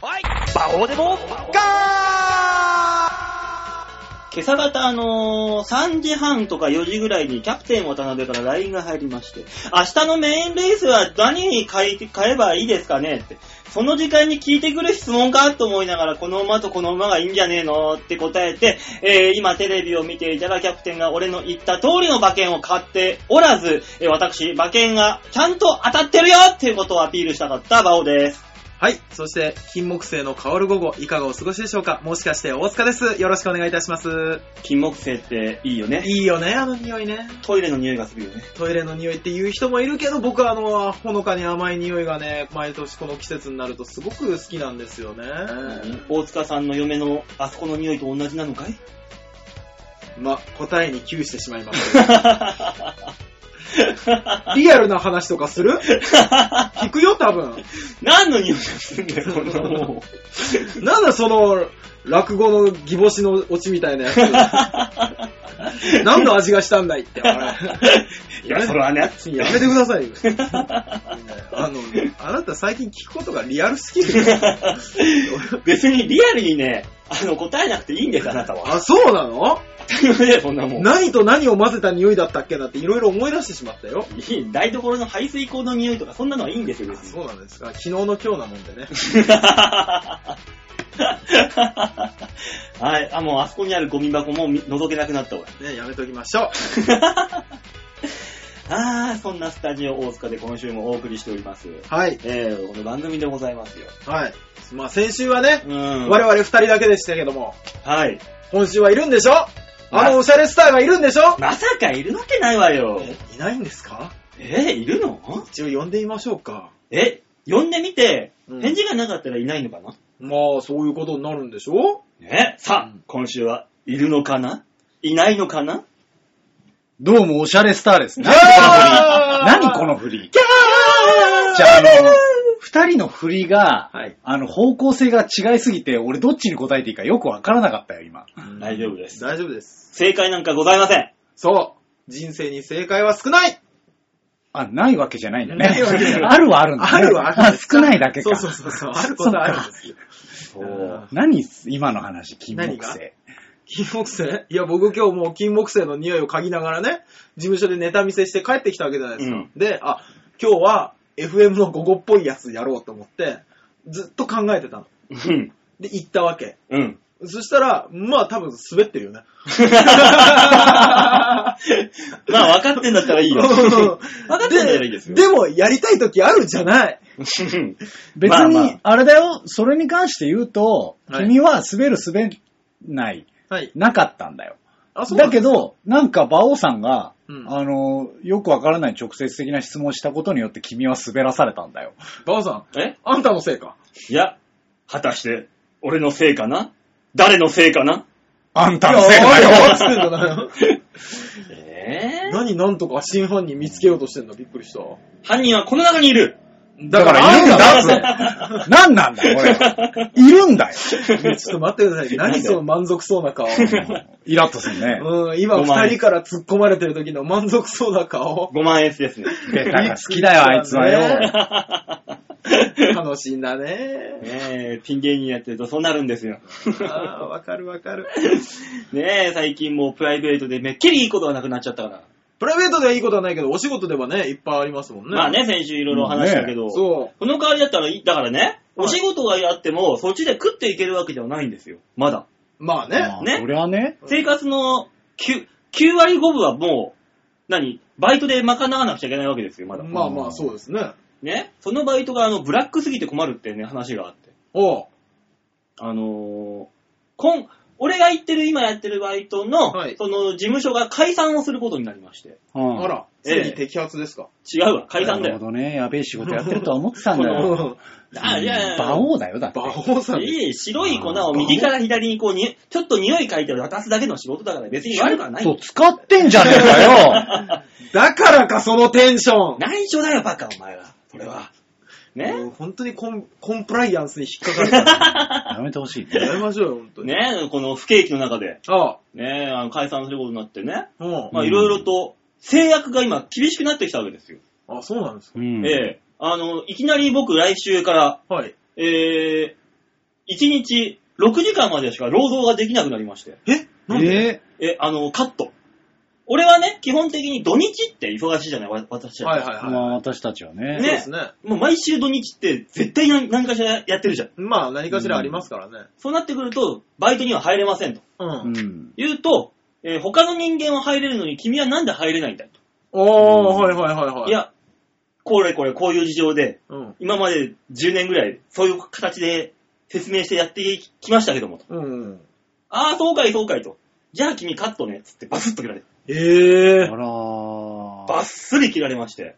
コーデモガ今朝方、あのー、3時半とか4時ぐらいにキャプテン渡辺から LINE が入りまして、明日のメインレースは何買い買えばいいですかねって、その時間に聞いてくる質問かと思いながら、この馬とこの馬がいいんじゃねえのって答えて、えー今テレビを見ていたらキャプテンが俺の言った通りの馬券を買っておらず、えー私、馬券がちゃんと当たってるよっていうことをアピールしたかった馬王です。はい。そして、金木犀の薫午後、いかがお過ごしでしょうかもしかして大塚です。よろしくお願いいたします。金木犀っていいよね。いいよね、あの匂いね。トイレの匂いがするよね。トイレの匂いって言う人もいるけど、僕はあの、ほのかに甘い匂いがね、毎年この季節になるとすごく好きなんですよね。大塚さんの嫁のあそこの匂いと同じなのかい ま、答えに窮してしまいま した。リアルな話とかす る聞くよ、多分。何の匂いがするんだよ、こんなもなんだその、落語のギボシのオチみたいなやつ。 何の味がしたんだいって。 あう。いや、それはね。れやめてくださ いよ。あの、あなた最近聞くことがリアルすぎる。 別にリアルにね、あの、答えなくていいんです、あなたは。あ、そうなの当たり前だよ、そんなもん。何と何を混ぜた匂いだったっけなっていろいろ思い出してしまったよ。いい台所の排水口の匂いとか、そんなのはいいんですよ、あ別に。そうなんですか。昨日の今日なもんでね。 はい、あ、もうあそこにあるゴミ箱も見覗けなくなったわ。 ね、やめときましょあー、そんなスタジオ大塚で今週もお送りしております。う。はい。えー、この番組でございますよ。はい。まあ先週はね、うん。我々二人だけでしたけども、はい。今週はいるんでしょあのおしゃれスターがいるんでしょまさかいるわけないわよ。いないんですかえ、いるの一応呼んでみましょうか。え、呼んでみて、うん返事がなかったらいないのかな、まあ、そういうことになるんでしょねさあ、うん今週はいるのかないないのかなどうも、おしゃれスターです。何この振り何この振りじゃあ、あの、二人の振りが、はいあの、方向性が違いすぎて、俺どっちに答えていいかよくわからなかったよ、今。大丈夫です大丈夫です。正解なんかございません。そう。人生に正解は少ないあ、ないわけじゃないんだないねわけじゃ。ないあるはあるんだね。 あるはあるんですか少ないだけそうか。そうそうそう。あることはあるんですよ。。そう何、今の話、金何木が犀。金木犀いや、僕今日もう金木犀の匂いを嗅ぎながらね、事務所でネタ見せして帰ってきたわけじゃないですか。うんで、あ、今日は FM の午後っぽいやつやろうと思って、ずっと考えてたの。うん。で、行ったわけ。うん。そしたら、まあ多分滑ってるよね。まあ、分かってんだったらいい よ。分かってんだらいいですよでも、やりたい時あるじゃない。別まあまに、あれだよ、それに関して言うと、はい君は滑る滑ない、はい。なかったんだよ。あ、そうなだんでけすど、なんか、馬王さんが、うんあの、よくわからない直接的な質問をしたことによって君は滑らされたんだよ。バオさん、えあんたのせいか。いや、果たして、俺のせいかな誰のせいかなあんいたやのせいだおいおいよ。作るんじゃないのえ ー、何なんとか真犯人見つけようとしてんのびっくりした。犯人はこの中にいる。だからいるんだって。何なんだよ、これ。 いるんだよ。ねちょっと待ってください。 何その満足そうな顔。イラッとするね。うん、今お前二人から突っ込まれてる時の満足そうな 顔。 5万円ですね。ベタが好きだよ、あいつはよ。楽しいんだね。ねえ、ピン芸人やってるとそうなるん ですよ。ああ、わかるわかる。ねえ、最近もうプライベートでめっきりいいことがなくなっちゃったから。プライベートではいいことはないけど、お仕事ではね、いっぱいありますもんね。まあ。ね、先週いろいろ話したけど、そこの代わりだったらいい、だからね、はいお仕事があっても、そっちで食っていけるわけではないんですよ。まだ。う。まあまね。あねそりゃね。生活の 9, 9割5分はもう、何バイトで賄わなくちゃいけないわけですよ、まだ。まあまあ、そうですね。ねそのバイトがあの、ブラックすぎて困るってね、話があって。おう。あのー、こん、俺が行ってる、今やってるバイトの、はいその事務所が解散をすることになりまして。うんあら、ついに摘発ですか。違うわ、解散だなるよほ。どね。やべえ仕事やってるとは思ってたんだこ よ。あいやいや馬王だよ、だって。馬王さんです。いい白い粉を右から左にこうに、ちょっと匂い嗅いて渡すだけの仕事だから別に悪くはないそう、。使ってんじゃねえか よ。だからか、そのテンション。内緒だよ、バカ、お前は。それは。ねもう本当にコンコンプライアンスに引っかかるかやめてほしいね。ら。やめましょうよ、本当に。。ねこの不景気の中で、ああ。ねあの解散することになってね。うん。まあ、うんいろいろと制約が今厳しくなってきたわけですよ。あ、そうなんですか。うんええあの、いきなり僕来週から、はい。えー、 1日6時間までしか労働ができなくなりまして。えなんで、ええ、あの、カット。俺はね、基本的に土日って忙しいじゃない、わ私は。はいはいー、はい。まあ私たちはね。そうねですね。もう毎週土日って絶対何何かしらやってるじゃん。まあ、何かしらありますからね。そうなってくると、バイトには入れませんと。うん。うん。言うと、えー他の人間は入れるのに君はなんで入れないんだと。おー、はいはいはいはい。い、や、これこれこういう事情で、うん。今まで10年ぐらいそういう形で説明してやってきましたけどもと。うん。ああ、そうかいそうかいと。じゃあ君カットね、つってバスッと切られて。えあえー。らバー。ッスリ切られまして。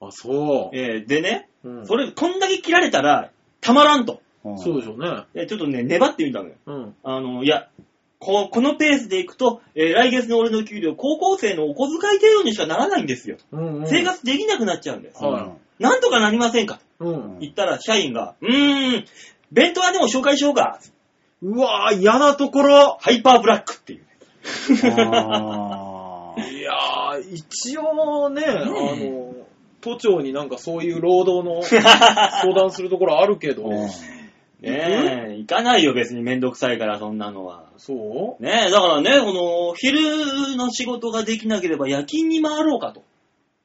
あ、そう。えーでね、うん、それ、こんだけ切られたら、たまらんと。うんそうでしょうね。えちょっとね、粘ってみたのよ。うん。あの、いや、ここのペースでいくと、えー来月の俺の給料、高校生のお小遣い程度にしかならないんですよ。うん、うん。生活できなくなっちゃうんです。はいなんとかなりませんかとうん。言ったら、社員が、うーん、弁当屋でも紹介しようか。うわー、嫌なところ。ハイパーブラックっていう。あ ーいやー、一応ね、あんの、都庁になんかそういう労働の相談するところあるけど、うんねえ、行かないよ、別にめんどくさいから、そんなのは。そうねえ、だからね、この、昼の仕事ができなければ夜勤に回ろうかと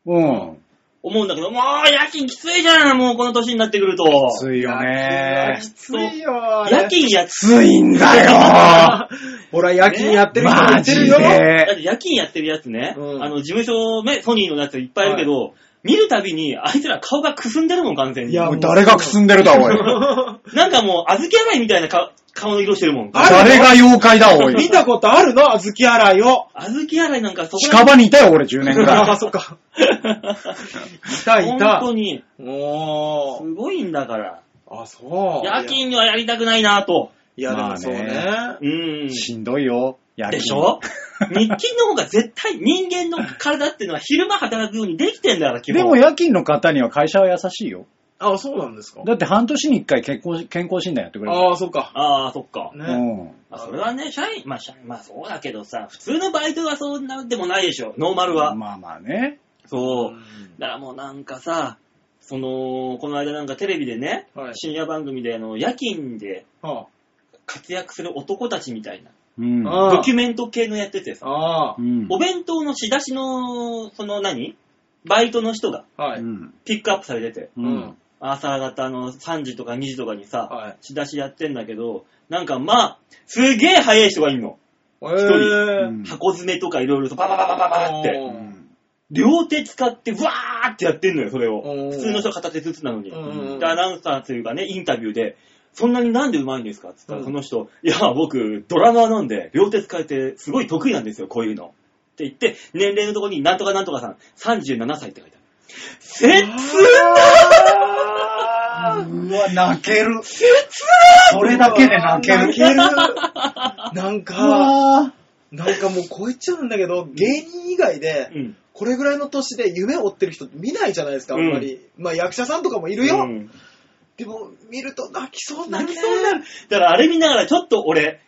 うん。思うんだけど、もう夜勤きついじゃん、もうこの年になってくると。きついよねきついよー。夜勤やっきついんだよほら、夜勤やってる人もマいてジるよ。だっで。て夜勤やってるやつね、うんあの、事務所、ね、ソニーのやついっぱいいるけど、見るたびに、あいつら顔がくすんでるもん、完全に。いやおい誰がくすんでるだ、おい。なんかもう、小豆洗いみたいな顔顔の色してるもん。 あ誰が妖怪だ、お見い。たことあるの小豆洗いを。小豆洗いなんかそこ近場にいたよ、俺10年ぐらい。あ、そっか。 いた、いた。本当に、おー。すごいんだから。あ、そう。夜勤はやりたくないなと。いや、でもそうね。うん。 しんどいよ。夜勤でしょ日勤の方が絶対人間の体っていうのは昼間働くようにできてんだから、基本。でも夜勤の方には会社は優しいよ。あ、そうなんですか。だって半年に一回健康健康診断やってくれるかああ、そうか。ああ、そっか。ら。ね。まあ、それはね、社員、まあ、社員、まあ、そうだけどさ、普通のバイトはそんなでもないでしょ、ノーマルうはん。。まあまあね。そうう。んだからもうなんかさ、その、この間なんかテレビでね、はい深夜番組であの、夜勤では活躍する男たちみたいな、うん。あドキュメント系のやっててさ、あうんお弁当の仕出しの、その何バイトの人があ、はうい。んピックアップされてて、うん。朝方の3時とか2時とかにさ、はい仕出しやってんだけど、なんかまあ、すげえ早い人がいんの。えうーん箱詰めとかいろいろとババババババって。うん両手使って、わーってやってんのよ、それを。おー普通の人は片手ずつなのに。うんで、アナウンサーというかね、インタビューで、そんなになんで上手いんですかって言ったら、うんその人、いや、僕、ドラマーなんで、両手使えて、すごい得意なんですよ、こういうの。って言って、年齢のところに、なんとかなんとかさん、37歳って書いてある。せっうわ、泣ける。それだけで泣ける。泣ける。なんうか、わなんかもうこう言っちゃうんだけど、芸人以外で、うん。これぐらいの年で夢を追ってる人見ないじゃないですか、あんまり。まあ役者さんとかもいるよ。うんでも、見ると泣きそうになる、泣ね。きそうになる。だから、あれ見ながら、ちょっと俺、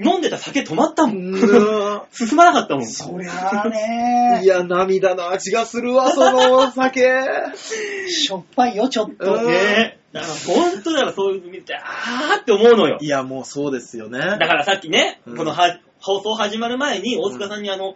飲んでた酒止まったもん。う 進まなかったもん。そりゃあーん。いね。や、涙の味がするわ、そのお酒。しょっぱいよ、ちょっうんと。ねえ。だから本当だからそういうの見て、あーって思うのよ。いや、もうそうですよね。だからさっきね、うんこのは放送始まる前に大塚さんにあの、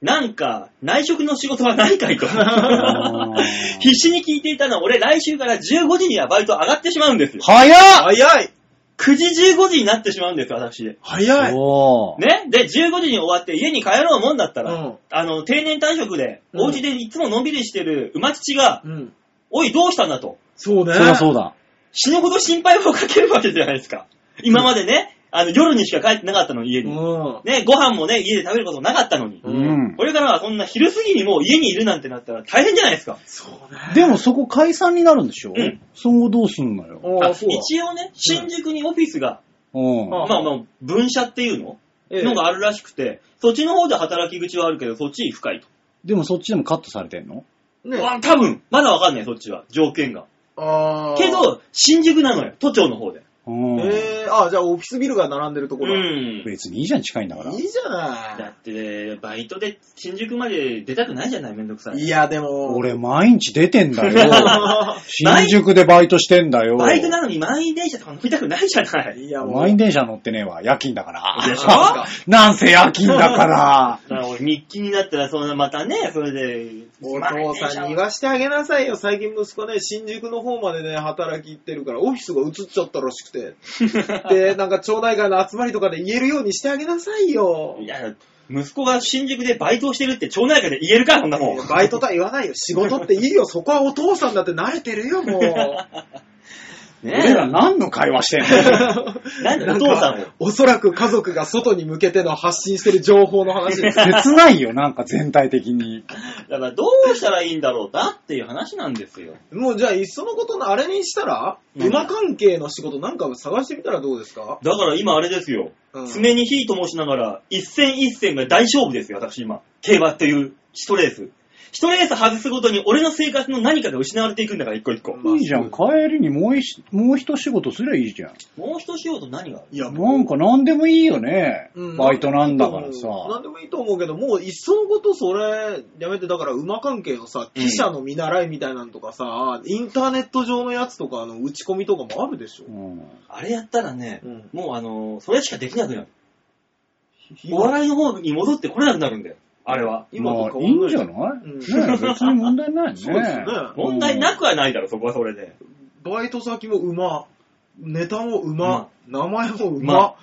なんか、内職の仕事はないかいと。ー 必死に聞いていたのは、俺来週から15時にはバイト上がってしまうんですよ。早っ早い9時15時になってしまうんですよ、私。ね。早いおーで、15時に終わって家に帰ろうもんだったら、うんあの、定年退職で、うんお家でいつものんびりしてる馬父が、うん。おい、どうしたんだと。そうね。そりゃそうだ。死ぬほど心配をかけるわけじゃないですか。今までね、あの、夜にしか帰ってなかったのに、家に。うん。ね、ご飯もね、家で食べることなかったのに。ううんん。これからはそんな昼過ぎにもう家にいるなんてなったら大変じゃないですか。そうね。でもそこ解散になるんでしょうんその後どうすんのよ。あああ、そうだ。一応ね、新宿にオフィスが、うん。あまあまあ、分社っていうの、ええのがあるらしくて、そっちの方で働き口はあるけど、そっち深いと。でもそっちでもカットされてんのねあ多分、まだわかんない、そっちは。条件が。あーけ、ど、新宿なのよ、都庁の方で。あうんえー、あ、じゃあオフィスビルが並んでるとこうろだ。ん。別にいいじゃん、近いんだからいい。じゃなだって、バイトで新宿まで出たくないじゃない、めんどくさい。い。いや、でも、 俺、毎日出てんだよ。新宿でバイトしてんだよ。バイトなのに満員電車とか乗りたくないじゃない。いや、もう満員電車乗ってねえわ。夜勤だから。でしょ なんせ夜勤だだから。から俺、日記になったら、そんなまたね、それで、お父さんに言わしてあげなさいよ。最近息子ね、新宿の方までね、働き行ってるから、オフィスが移っちゃったらしく て。で、なんか町内会の集まりとかで言えるようにしてあげなさいよ。いや、息子が新宿でバイトをしてるって町内会で言えるか、そんなもん。バイトとは言わないよ。仕事っていいよ。そこはお父さんだって慣れてるよ、もう。俺らね何の会話してんのえ。なん でお父さんなをか。おそらく家族が外に向けての発信してる情報の話です。切ないよ、なんか全体的に。だからどうしたらいいんだろうなっていう話なんですよ。もうじゃあ、いっそのことのあれにしたら、うん馬関係の仕事なんか探してみたらどうですか、だから今あれですよ。うん爪に火と申しながら、一戦一戦が大勝負ですよ、私今。競馬という一レース。一レース外すごとに俺の生活の何かが失われていくんだから、一個一個。うんいいじゃん、帰りにもう一、もう一仕事すりゃいいじゃん。もう一仕事何があるいや、もうなんか何でもいいよね。うんバイトなんだかうらんなさ。んでもいいと思うけど、もういっそのことそれやめて、だから馬関係のさ、記者の見習いみたいなのとかさ、インターネット上のやつとかの打ち込みとかもあるでしょう。ん。あれやったらね、うんもうあのーそれしかできなくなる。お笑いの方に戻ってこれなくなるんだよ。あれは。今まとあ変わんないいんじゃない、うんねえ別に問題ない ね。そうですね。問題なくはないだろ、そこはそれで。バイト先も馬、ネタも馬、名前も馬、馬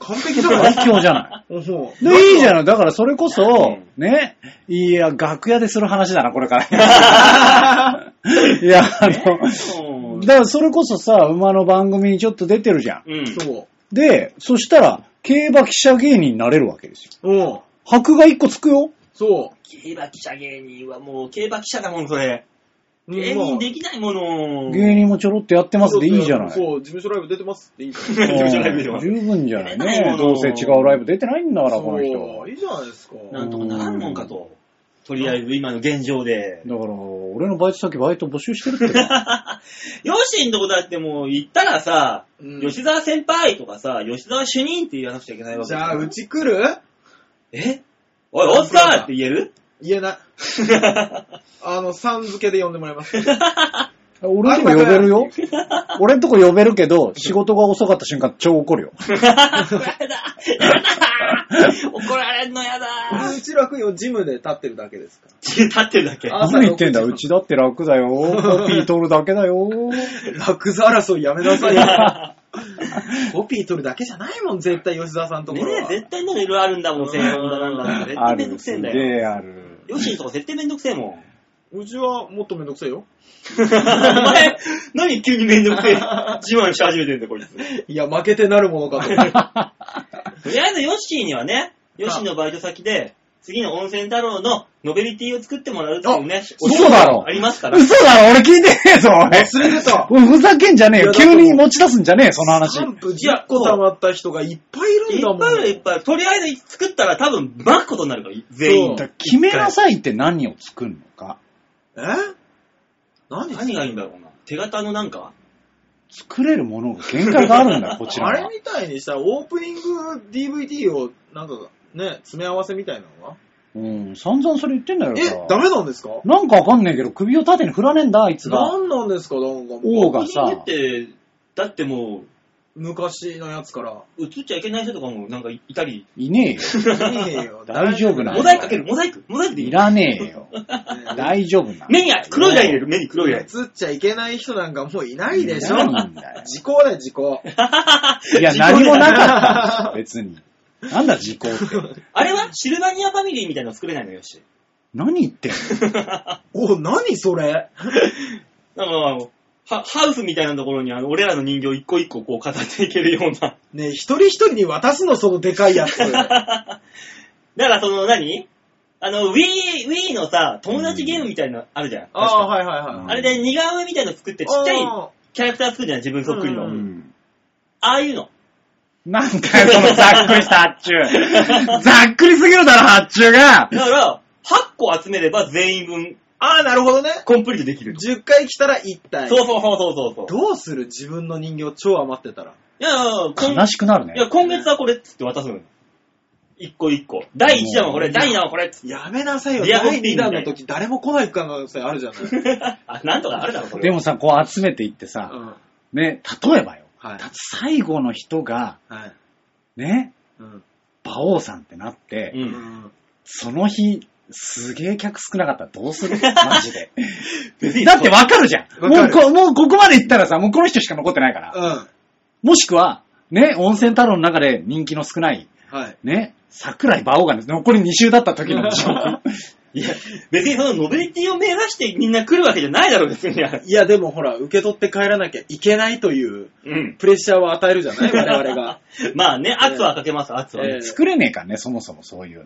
完璧だ最 か強じゃ ない。ら。もうで、いいじゃない。だからそれこそん、ね。いや、楽屋でする話だな、こ れから。いや、あうんの、だからそれこそさ、馬の番組にちょっと出てるじゃん。うん。そう。で、そしたら、競馬記者芸人になれるわけですよ。うん。箔が一個つくよ。そ競馬記者芸人はもう競馬記者だもん、それ。う。芸人できないもの。 芸人もちょろっとやってままあすでいいじゃない。そう、事務所ライブ出てますっていいじゃ事務所ライブでしょ十分じゃない出ないねも。のどうせ違うライブ出てないんだかなら、い。この人は。そういいじゃないですか。なんとかならんもんかと。とりあえず今の現状で。 だから、俺のバイト先バイト募集してるってば。ヨシンとこだってもう行ったらさ、うん吉沢先輩とかさ、吉沢主任って言わなくちゃいけないわけじだゃかあ、らうち来るえおい、大塚って言え る言えない。あの、さん付けで呼んでもらいます。俺んとこ呼べるよ。俺んとこ呼べるけど、仕事が遅かった瞬間超怒るよ。 怒られんのやだ うち楽よ、ジムで立ってるだけですか立ってるだけ。あ朝何言ってんだ、 6うちだって楽だよ。コピー取るだけだよ。ら。楽座争いやめなさいよ。 コピー取るだけじゃないもん、絶対吉沢さんとこねろえ、は。絶対なんかいろいろあるんだもん、正論だなんだなんだ。絶対めんどくせえんすだよ。げえある。ヨシンとか絶対めんどくせえ もん。うちはもっとめんどくさいよ。お前、何急にめんどく せえ自慢し始めてんだよ、こいつ。いや、負けてなるものかと。とりあえずヨッシーにはね、ヨッシーのバイト先で、次の温泉太郎のノベリティを作ってもらうっていうね、あ嘘だろありますから。嘘だろ、俺聞いてねえぞ、俺。忘れてた。おいふざけんじゃねえよ。いやだ急とに持ち出すんじゃねえよ、その話。 3分10個溜まった人がいっぱいいるいんだっもぱん。いあるいっぱいある。とりあえず作ったら多分巻くことになるから、全員そう。決めなさいって何を作るのか。え何何がいいんだろうな。手形のなんか作れるものが限界があるんだよ、こちらあれは。みたいにしたらオープニング DVD をなんかね、詰め合わせみたいなのがうん、散々それ言ってんだよえ、ダメなんですかなんかわかんねえけど、首を縦に振らねえんだ、あいつが。何なんですかなんか王オがープニングさっ、て、だっても昔のやつから。う、映っちゃいけない人とかもなんかいたり、いねえよ。 いいよ大丈夫なモザイクかける、モザイク、モザイクでいいい。らねえよ。 ね大丈夫な。目にあ、黒いライン入れる、目に黒いライン。映っちゃいけない人なんかもういないでしょいないんだよ。時効だよ、時効。いや、何もなか ったんだよ別に。なんだ、時効って。あれはシルバニアファミリーみたいなの作れないのよ、ヨッシー。何言ってんのお、何それなんかあの、ハハウスみたいなところにあの俺らの人形一個一個こう飾っていけるような。 ねえ一人一人に渡すの、そのでかいやつ。だからその何あの、Wii、Wii のさ、友達ゲームみたいなのあるじゃん。確ああ、かはいはいはい。あれで似顔絵みたいなの作ってちっちゃいあキャラクター作るじゃん、自分そっくりの。ううんん。ああいうの。なんかよ、そのざっくりした発 注。ざっくりすぎるだろ、発注が。だから、8個集めれば全員分ああ、なるほどね。コンプリートできるの。 10回来たら1体。そうそうそうそうそう。どうする自分の人形超余ってたら。いやいやいや、こん悲しくなるねい。や、今月はこれっつって渡すのよ。一個一個。第1弾はこれ、うん第2弾はこれっつっやめなさいよ。リアホッピ第ング2弾の時誰も来ない可能性あるじゃない。うて。あ、なんとかあるだろ、これ。でもさ、こう集めていってさ、ん。ね、例えばよ、はい。最後の人が、はい。ね、うん。馬王さんってなって、う。うんん。その日、すげえ客少なかったらどうするマジで。別にだってわかるじゃん。わかもうるこ、もうここまで行ったらさ、もうこの人しか残ってないから。うん。もしくは、ね、温泉太郎の中で人気の少ない、はい。ね、桜井馬王が残り2周だった時の地獄。いや、別にそのノベリティを目指してみんな来るわけじゃないだろ、別に。いや、でもほら、受け取って帰らなきゃいけないといううん。プレッシャーを与えるじゃない我々が。まあね、圧はかけます、圧はね。え作れねえからね、そもそもそういうの。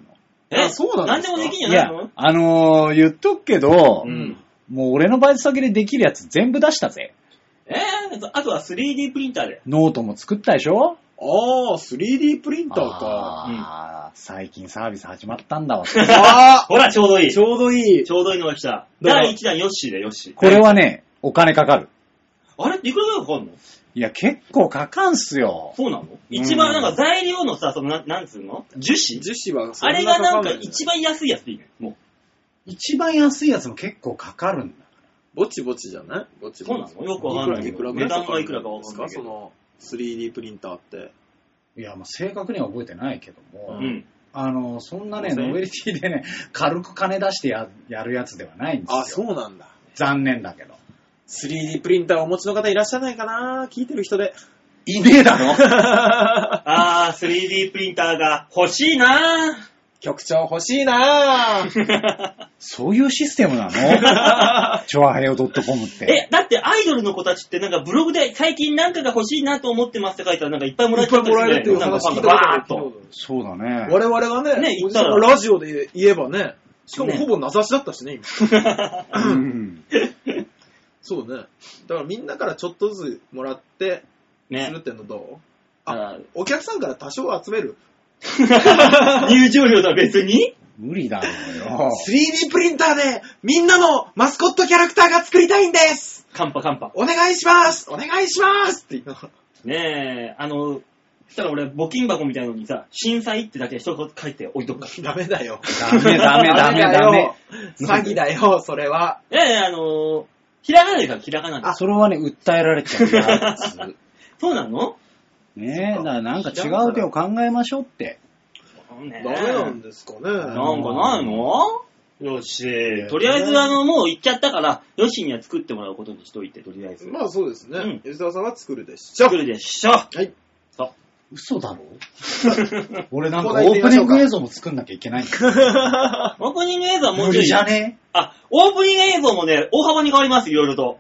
あそうなんですか何でもできんいじゃやないの、あのー、言っとくけど、うん。もう俺のバイト先でできるやつ全部出したぜ。えー、あとは 3D プリンターで。ノートも作ったでしょああ、3D プリンターか。あー最近サービス始まったんだわ。あほら、ちょうどいあ、い。ちょうどいいち。ょうどいいのが来た。だから第1弾、ヨッシーで、ヨッシー。これはね、お金かかる。あれいくらぐらいかかるのいや、結構かかんすよ。そうなの一番なんか材料のさ、その、ななんつうの樹脂樹脂はそあれがなんかい一番安いやつでいいね。も一番安いやつも結構かかるんだ。ぼちぼちじゃないぼちう。ぼち。そうなのよくわかんないけいくど。ら値段がいくらかわわかかんんななですかいいけそど。の 3D プリンターって。いや、まあ正確には覚えてないけども、うん。あの、そんなね、そうねノベリティでね、軽く金出してややるやつではないんですよ。あ、そうなんだ。残念だけど。 3D プリンターをお持ちの方いらっしゃらないかな聞いてる人で。いねえだろあー、3D プリンターが欲しいなぁ。局長欲しいなぁ。そういうシステム なのチョアヘヨ .com って。え、だってアイドルの子たちってなんかブログで最近なんかが欲しいなと思ってますって書いたらなんかいっぱいもらいえっちぱいゃっもたりらえるっていうなんか話聞いたことあバーるッと。そうだね。我々がねね、おじさんがラジオで言えばね、しかもねほぼ名指しだったしね、今。うんそうね。だからみんなからちょっとずつもらって、するねっ。てのどうあお客さんから多少集める。 ー入場料とは別に無理だろうよ。 3D プリンターでみんなのマスコットキャラクターが作りたいんですカンパカンパ。お願いしますお願いしますって言いながらねえ、あの、そしたら俺募金箱みたいなのにさ、震災ってだけ一言書いて置いとくから。ダメ だよ。ダメダメダメダメ。詐欺だよ、それは。いやいや、あのー、ひらがなでかひらがなで。あそれはね、訴えられちゃうや つ。そうなのねえ、そだうからかなんか違う手を考えましょうって。そうねダメなんですかね。なんかないのよし。とりあえねず、あの、もう行っちゃったから、よしには作ってもらうことにしといて、とりあえず。まあそうですね。うん吉沢さんは作るでしょ。作るでしょ。はい。嘘 だろ俺なんかこオこで言いーまプしニょうンかグ映像も作んなきゃいけないんだよ。オープニング映像はもう無ちょ理いじゃねあ、オープニング映像もね、大幅に変わります、いろいろと。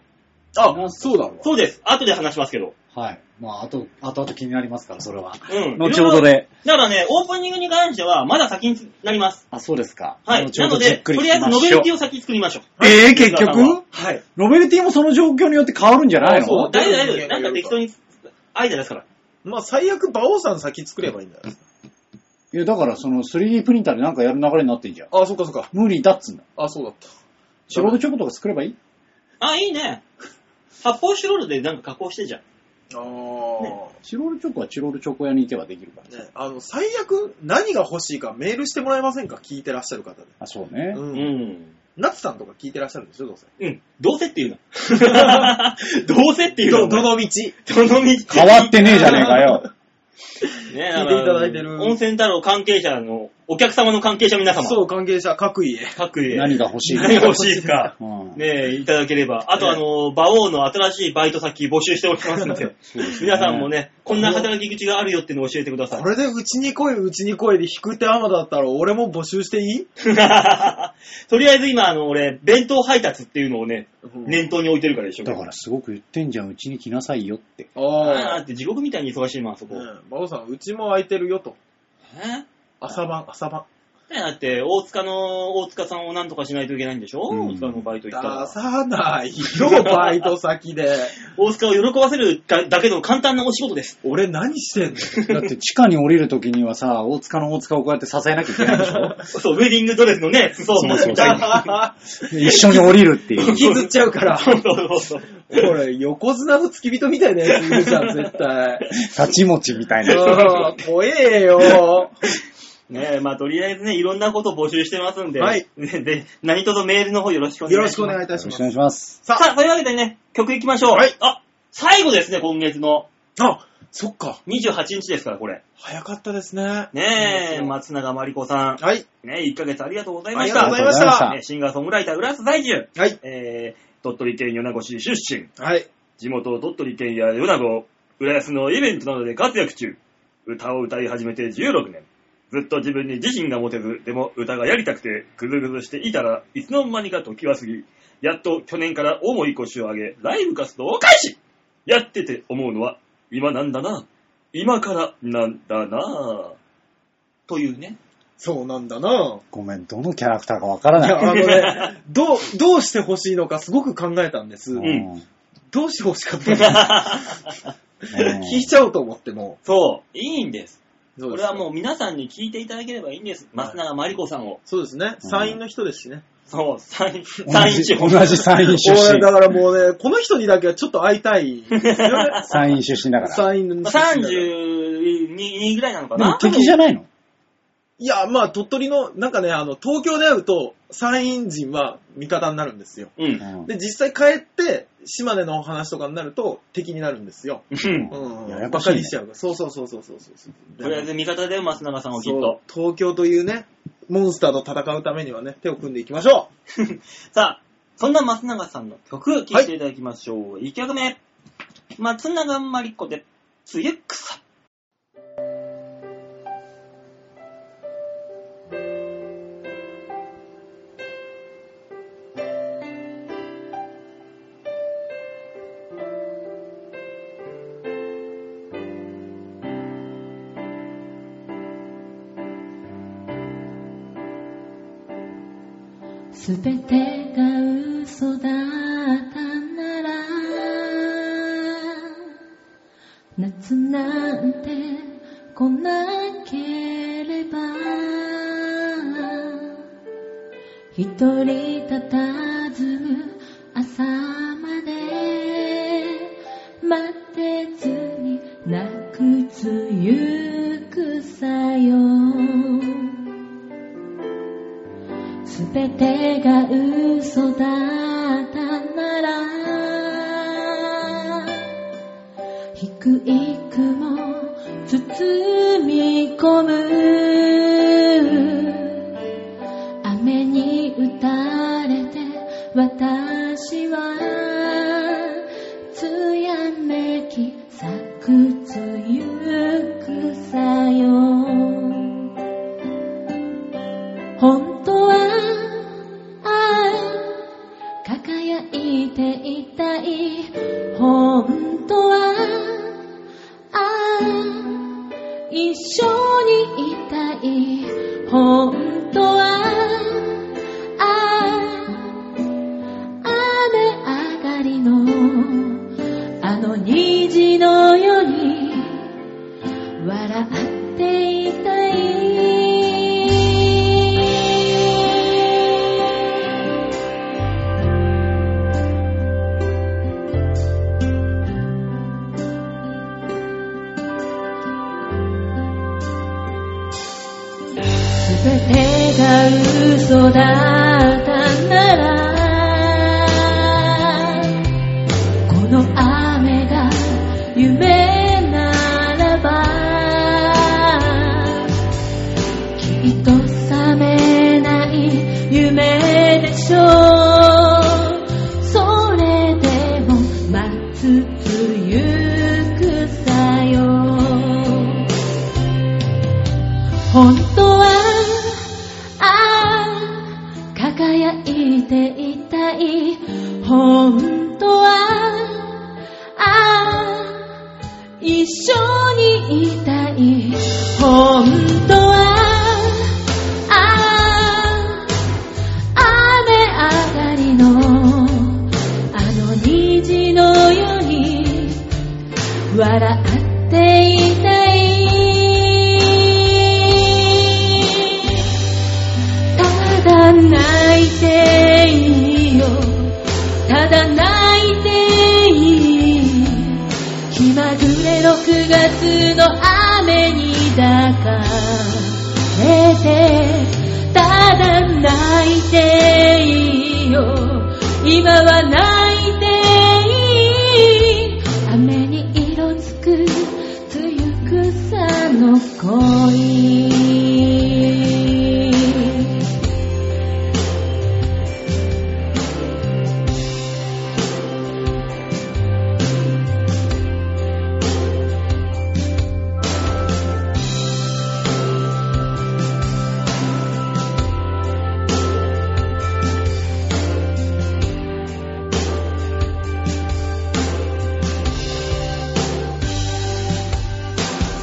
あ、そうだろそうです。後で話しますけど。はい。まあ、あと、あとあと気になりますから、それは。うん。後ほどいろいろ。で。だからね、オープニングに関しては、まだ先になります。あ、そうですか。はい。後なほのどで、とりあえずノベルティを先作りましょう。えー結吉局田さんははい。ノベルティもその状況によって変わるんじゃないあそのう大丈夫、大丈夫。なんか適当に、アイデアですから。う。まあ最悪、馬王さん先作ればいいんだよ。いや、だからその 3D プリンターでなんかやる流れになってんじゃん。あ、そっかそっか。無理だっつうんだ。あ、そうだった。チョコチョコとか作ればいいあ、いいね。発泡スチロールでなんか加工してじゃん。あー。チロルチョコはチロルチョコ屋に行けばできるから。ね、あの、最悪、何が欲しいかメールしてもらえませんか聞いてらっしゃる方で。あ、そうね。ううん。ん。ナツさんとか聞いてらっしゃるんでしょ、どうせ。うん。どうせって言うな。どうせって言うど、な。どの道。どのみ変わってねえじゃねえかよ。ね聞いていただいてるあの温泉太郎関係者の、お客様の関係者皆様。そう、関係者、各家。各位。何が欲 しい何が欲しい か。うんねえ、いただければ。あと、あの、馬王の新しいバイト先募集しておりますので、そうですね皆さんも。ね、こんな働き口があるよっていうのを教えてくださいこ。れで、うちに来い、うちに来いで、引く手まだったら、俺も募集していい、 とりあえず今、あの、俺、弁当配達っていうのをね、念頭に置いてるからでしょ。だからすごく言ってんじゃん、うちに来なさいよって。あーああ。って地獄みたいに忙しいもん、あそこ。ね、馬王さん、うちも空いてるよと。え朝晩、朝晩。ねだって、大塚の、大塚さんをなんとかしないといけないんでしょ、うん大塚のバイト行った出ら。さないよ、バイト先で。大塚を喜ばせるだだけの簡単なお仕事 です。俺何してんの だって地下に降りるときにはさ、大塚の大塚をこうやって支えなきゃいけないでしょ そう、ウェディングドレスのね、裾をそうそうそうだ一緒に降りるっ ていう。引きずっちゃうから。そうそうそう。これ、横綱の付き人みたいなやついるじゃん、絶対。立ち持ちみたいな。うん怖えよ。ねえ、まあとりあえずね、いろんなことを募集してますんで、はいねで、何卒メールの方よろしくおよ願ろいししくおます。願いいたよしろましくお願す。いします。ささあ、というわけでね、曲行きましょう。はいあ、最後ですね、今月の。あ、あ、そっか。 28日ですから、これ。早かったですね。ねえ、うん松永まりこさはい。ん。ねえ、1ヶ月ありがとうございあまりしがとうござた。いまし。ありがとうございましたね、シンガーソングライター、浦安在住。はい。えー、鳥取県米子市出身。はい。地元鳥取県や米子、浦安のイベントなどで活躍中。歌を歌い始めて16年。ずっと自分に自信が持てず、でも歌がやりたくて、ぐずぐずしていたらいつの間にか時は過ぎ、やっと去年から重い腰を上げ、ライブ活動を開始やってて思うのは、今なんだな。今からなんだな。というね。そうなんだな。ごめん、どのキャラクターかわからいや、ない。あのね、 どう、どうしてほしいのかすごく考えたんです。んどうしてほしかったのか聞いちゃおうと思っても。 そう、いいんです。そこうでれすはもう皆さんに聞いていただければいいんです。松永まりこさんを。そうですね。うん参院の人ですしね。そう、参院、同参院じ、地方同じ参院出俺、だ 身。。からもうね、この人にだけはちょっと会いたいですよね参院出身だから。参院の人32ぐらいなのかでもな敵じゃないのいや、まあ、鳥取の、なんかね、あの、東京で会うと、山陰人は味方になるんですよ。うん。で、実際帰って、島根のお話とかになると、敵になるんですよ。うんうん。ややばこっしいねかりしちゃうから。そうそうそうそうそうそうとりあえず味方だよ、松永さんをきっそうと。東京というね、モンスターと戦うためにはね、手を組んでいきましょさあ、そんな松永さんの曲、聴いていただきましょう。1曲目。松永まりこで、つゆくさ。すべてが嘘だったなら夏なんて来なければ一人佇む朝まで待ってずに泣くつゆくさよすべてが嘘だったなら低い雲包み込む雨に打たれて私はつやめき咲くつゆくさよ本当は愛輝いていたい本当は愛一緒にいたい本当は愛雨上がりのあの虹のように笑っていたいすべてが嘘だったならこの雨が夢ならばきっと覚めない夢でしょうそれでも待つつゆくさよ本当はああ輝いていたい本当はああ一緒にいたい本当はああ夏の雨にだかれてただ泣いていいよ今は泣いていい雨に色づく露草の恋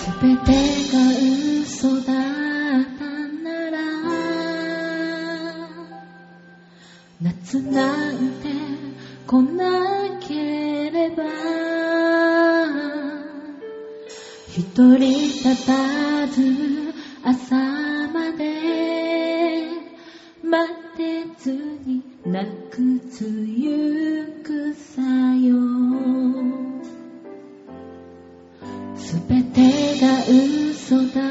すべてが嘘だったなら夏なんて来なければ一人たたず朝まで待てずに泣くつゆくさよすべてが嘘だった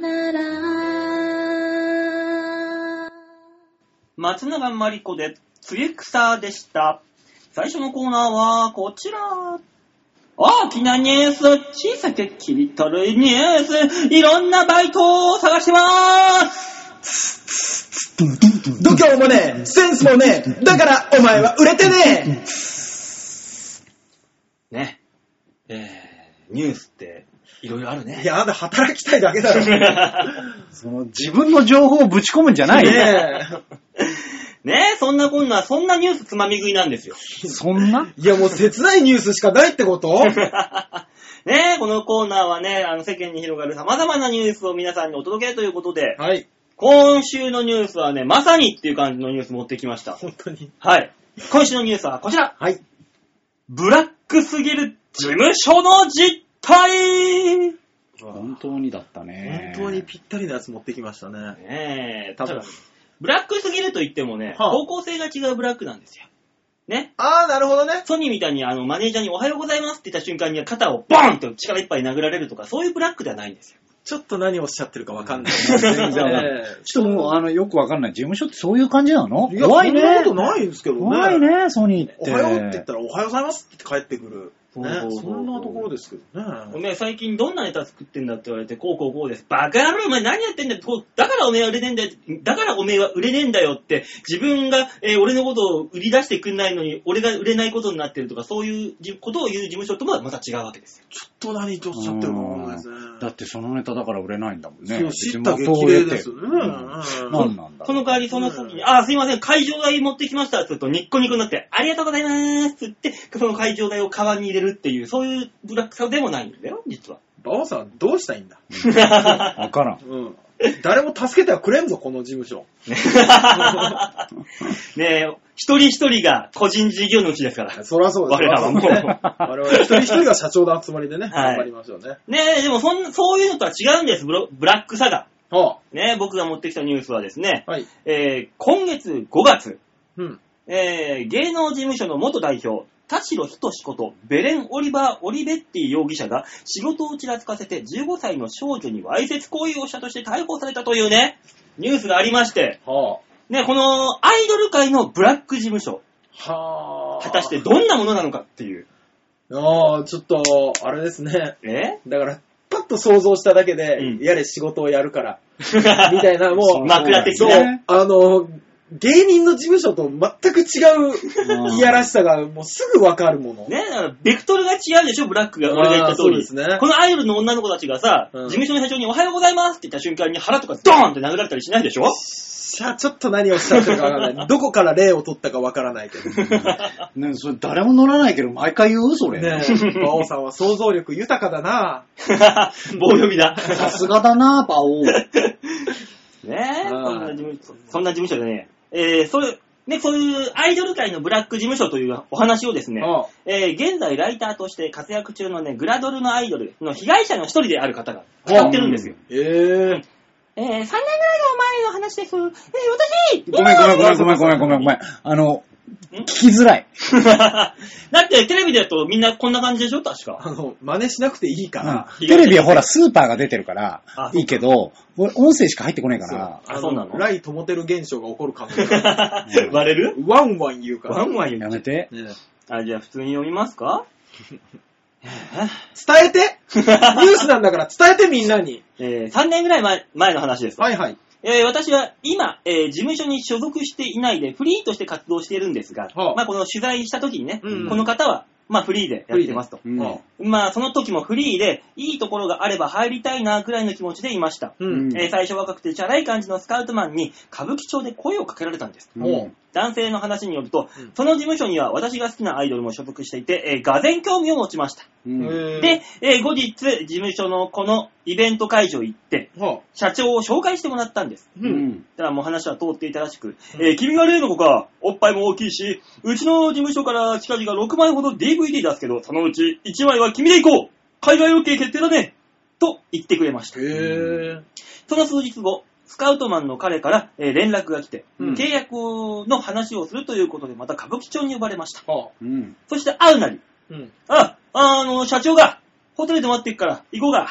なら。松永まりこで、つげくさでした。最初のコーナーは、こちら。大きなニュース、小さく切り取るニュース、いろんなバイトを探してまーす度胸もねえ、センスもねえ、だからお前は売れてねね。えー、ニュースって、いろいろあるねえ。いや、あんた働きたいだけだ ろ。ねその自分の情報をぶち込むんじゃないよ。え。ねえ、そんなこんな、そんなニュースつまみ食いなんですよ。そんないや、もう切ないニュースしかないってこと ねえ、このコーナーはね、あの世間に広がる様々なニュースを皆さんにお届けということで、はい。今週のニュースはね、まさにっていう感じのニュース持ってきました。本当に。はい。今週のニュースはこちら。はい。ブラックすぎる事務所の実態本当にだったね本。当にぴったりなやつ持ってきましたね。ねえ、多分ただブラックすぎると言ってもね、はあ方向性が違うブラックなんですよ。ね。あー、なるほどね。ソニーみたいにあのマネージャーにおはようございますって言った瞬間に肩をボーンと力いっぱい殴られるとか、そういうブラックではないんですよ。ちょっと何をおっしゃってるかわか んない。全然わかんないえちょっともう、あの、よくわかんない。事務所ってそういう感じなのえいや、怖いね。そんなことないんですけどね。怖いね、ソニーっおて。はようって言ったら、おはようございますって帰ってくる。そうそうそねう、そんなところですけどね。ね、最近どんなネタ作ってんだって言われて、こうこうこうです。バカ野郎、お前何やってんだよ。こうだからおめえは売れねえんだよ。だからおめえは売れねえんだよって、自分が、えー俺のことを売り出してくんないのに、俺が売れないことになってるとか、そういうじことを言う事務所ともまた違うわけですよ。ちょっと何とおっしゃってるかわかんないですね。だってそのネタだから売れないんだもんね。そう、知別っにた的を激得励てですね。うん何なんだその代わり、その時に、うんあ、すいません、会場代持ってきましたって言うと、ニッコニコになって、ありがとうございますって言って、その会場代をカバンに入れるっていう、そういうブラックさでもないんだよ、実は。バオさん、どうしたいんだわからん。うん。誰も助けてはくれんぞ、この事務所。ねえ、一人一人が個人事業主ですか ら。そりゃそうです。我らはもうそりゃそうですね我々一人一人が社長の集まりでね、はい頑張りましょうね。ねえ、でもそんな、そういうのとは違うんです、ブロブラックさが。はねえ、僕が持ってきたニュースはですね、あ、はい。えー、今月5月、うん。えー、芸能事務所の元代表、田代仁志こと、ベレン・オリバー・オリベッティ容疑者が仕事をちらつかせて15歳の少女にわいせつ行為をしたとして逮捕されたというね、ニュースがありまして、はね、このアイドル界のブラック事務所、あ。はあ。果たして。どんなものなのかっていう。ああ、ちょっと、あれですね。え だから、パッと想像しただけで、うんやれ仕事をやる から、みたいな、もう、枕的そうな。、あの、芸人の事務所と全くう違んういやらしさがもうすぐわかるもの。ね、だからベクトルが違うでしょ、ブラックが。俺が言った通り。あーそうですねこのアイドルの女の子たちがさ、うん事務所の社長におはようございますって言った瞬間に腹とかドーンって殴られたりしないでしょ しゃ、ちょっと何をおっしゃってるかわからない。 どこから例を取ったかわからないけど。ねね、それ誰も乗らないけど、毎回言うそれ。え、馬王さんは想像力豊かだな。棒読み だ。さすがだな、パオ。ねえ、あーそんな事務所、そんな事務所でね、えー、そういう、ね、そういうアイドル界のブラック事務所というお話をですね、ああえー、現在ライターとして活躍中のね、グラドルのアイドルの被害者の一人である方が使ってるんですよ。えええー、3年ぐらいの前の話です。えー、私 ごめんごめんごめんごめんごめんごめんごめん。あの、聞きづらい。だってテレビだとみんなこんな感じでしょ確か。あの、真似しなくていいから、うんテレビはほら、スーパーが出てるからあ、いいけど、俺音声しか入ってこないかそうら、あそうなのライトモテる現象が起こる可能性があ割れるるワンワン言うから。ワンワン言やう。めて。ねあ、じゃあ普通に読みますか伝えてニュースなんだから伝えてみんなに。えー、3年ぐらい前前の話です。はいはい。えー私は今、えー事務所に所属していないで、フリーとして活動しているんですが、はあまあこの取材した時にね、うんこの方は、まあフリーでやってますと。うんあまあその時もフリーで、いいところがあれば入りたいな、くらいの気持ちでいました。ううんん。えー最初若くてチャラい感じのスカウトマンに歌舞伎町で声をかけられたんです。もう男性の話によるとうん、その事務所には私が好きなアイドルも所属していて、えー、がぜん興味を持ちました。うんうんえーで、えー後日、事務所のこのイベント会場行って、は社長を紹介してもらったんです。う。うんんただもう話は通っていたらしく、えー君が例の子か、おっぱいも大きいし、うちの事務所から近々6枚ほど DVD 出すけど、そのうち1枚は君で行こう海外ロケ決定だねと言ってくれましたへ。ぇその数日後、スカウトマンの彼から、えー連絡が来て、うん契約の話をするということで、また歌舞伎町に呼ばれました。はうんそして会うなり、ぁ。うん。あ、あの、社長が、ホテルで待ってっから、行こうが、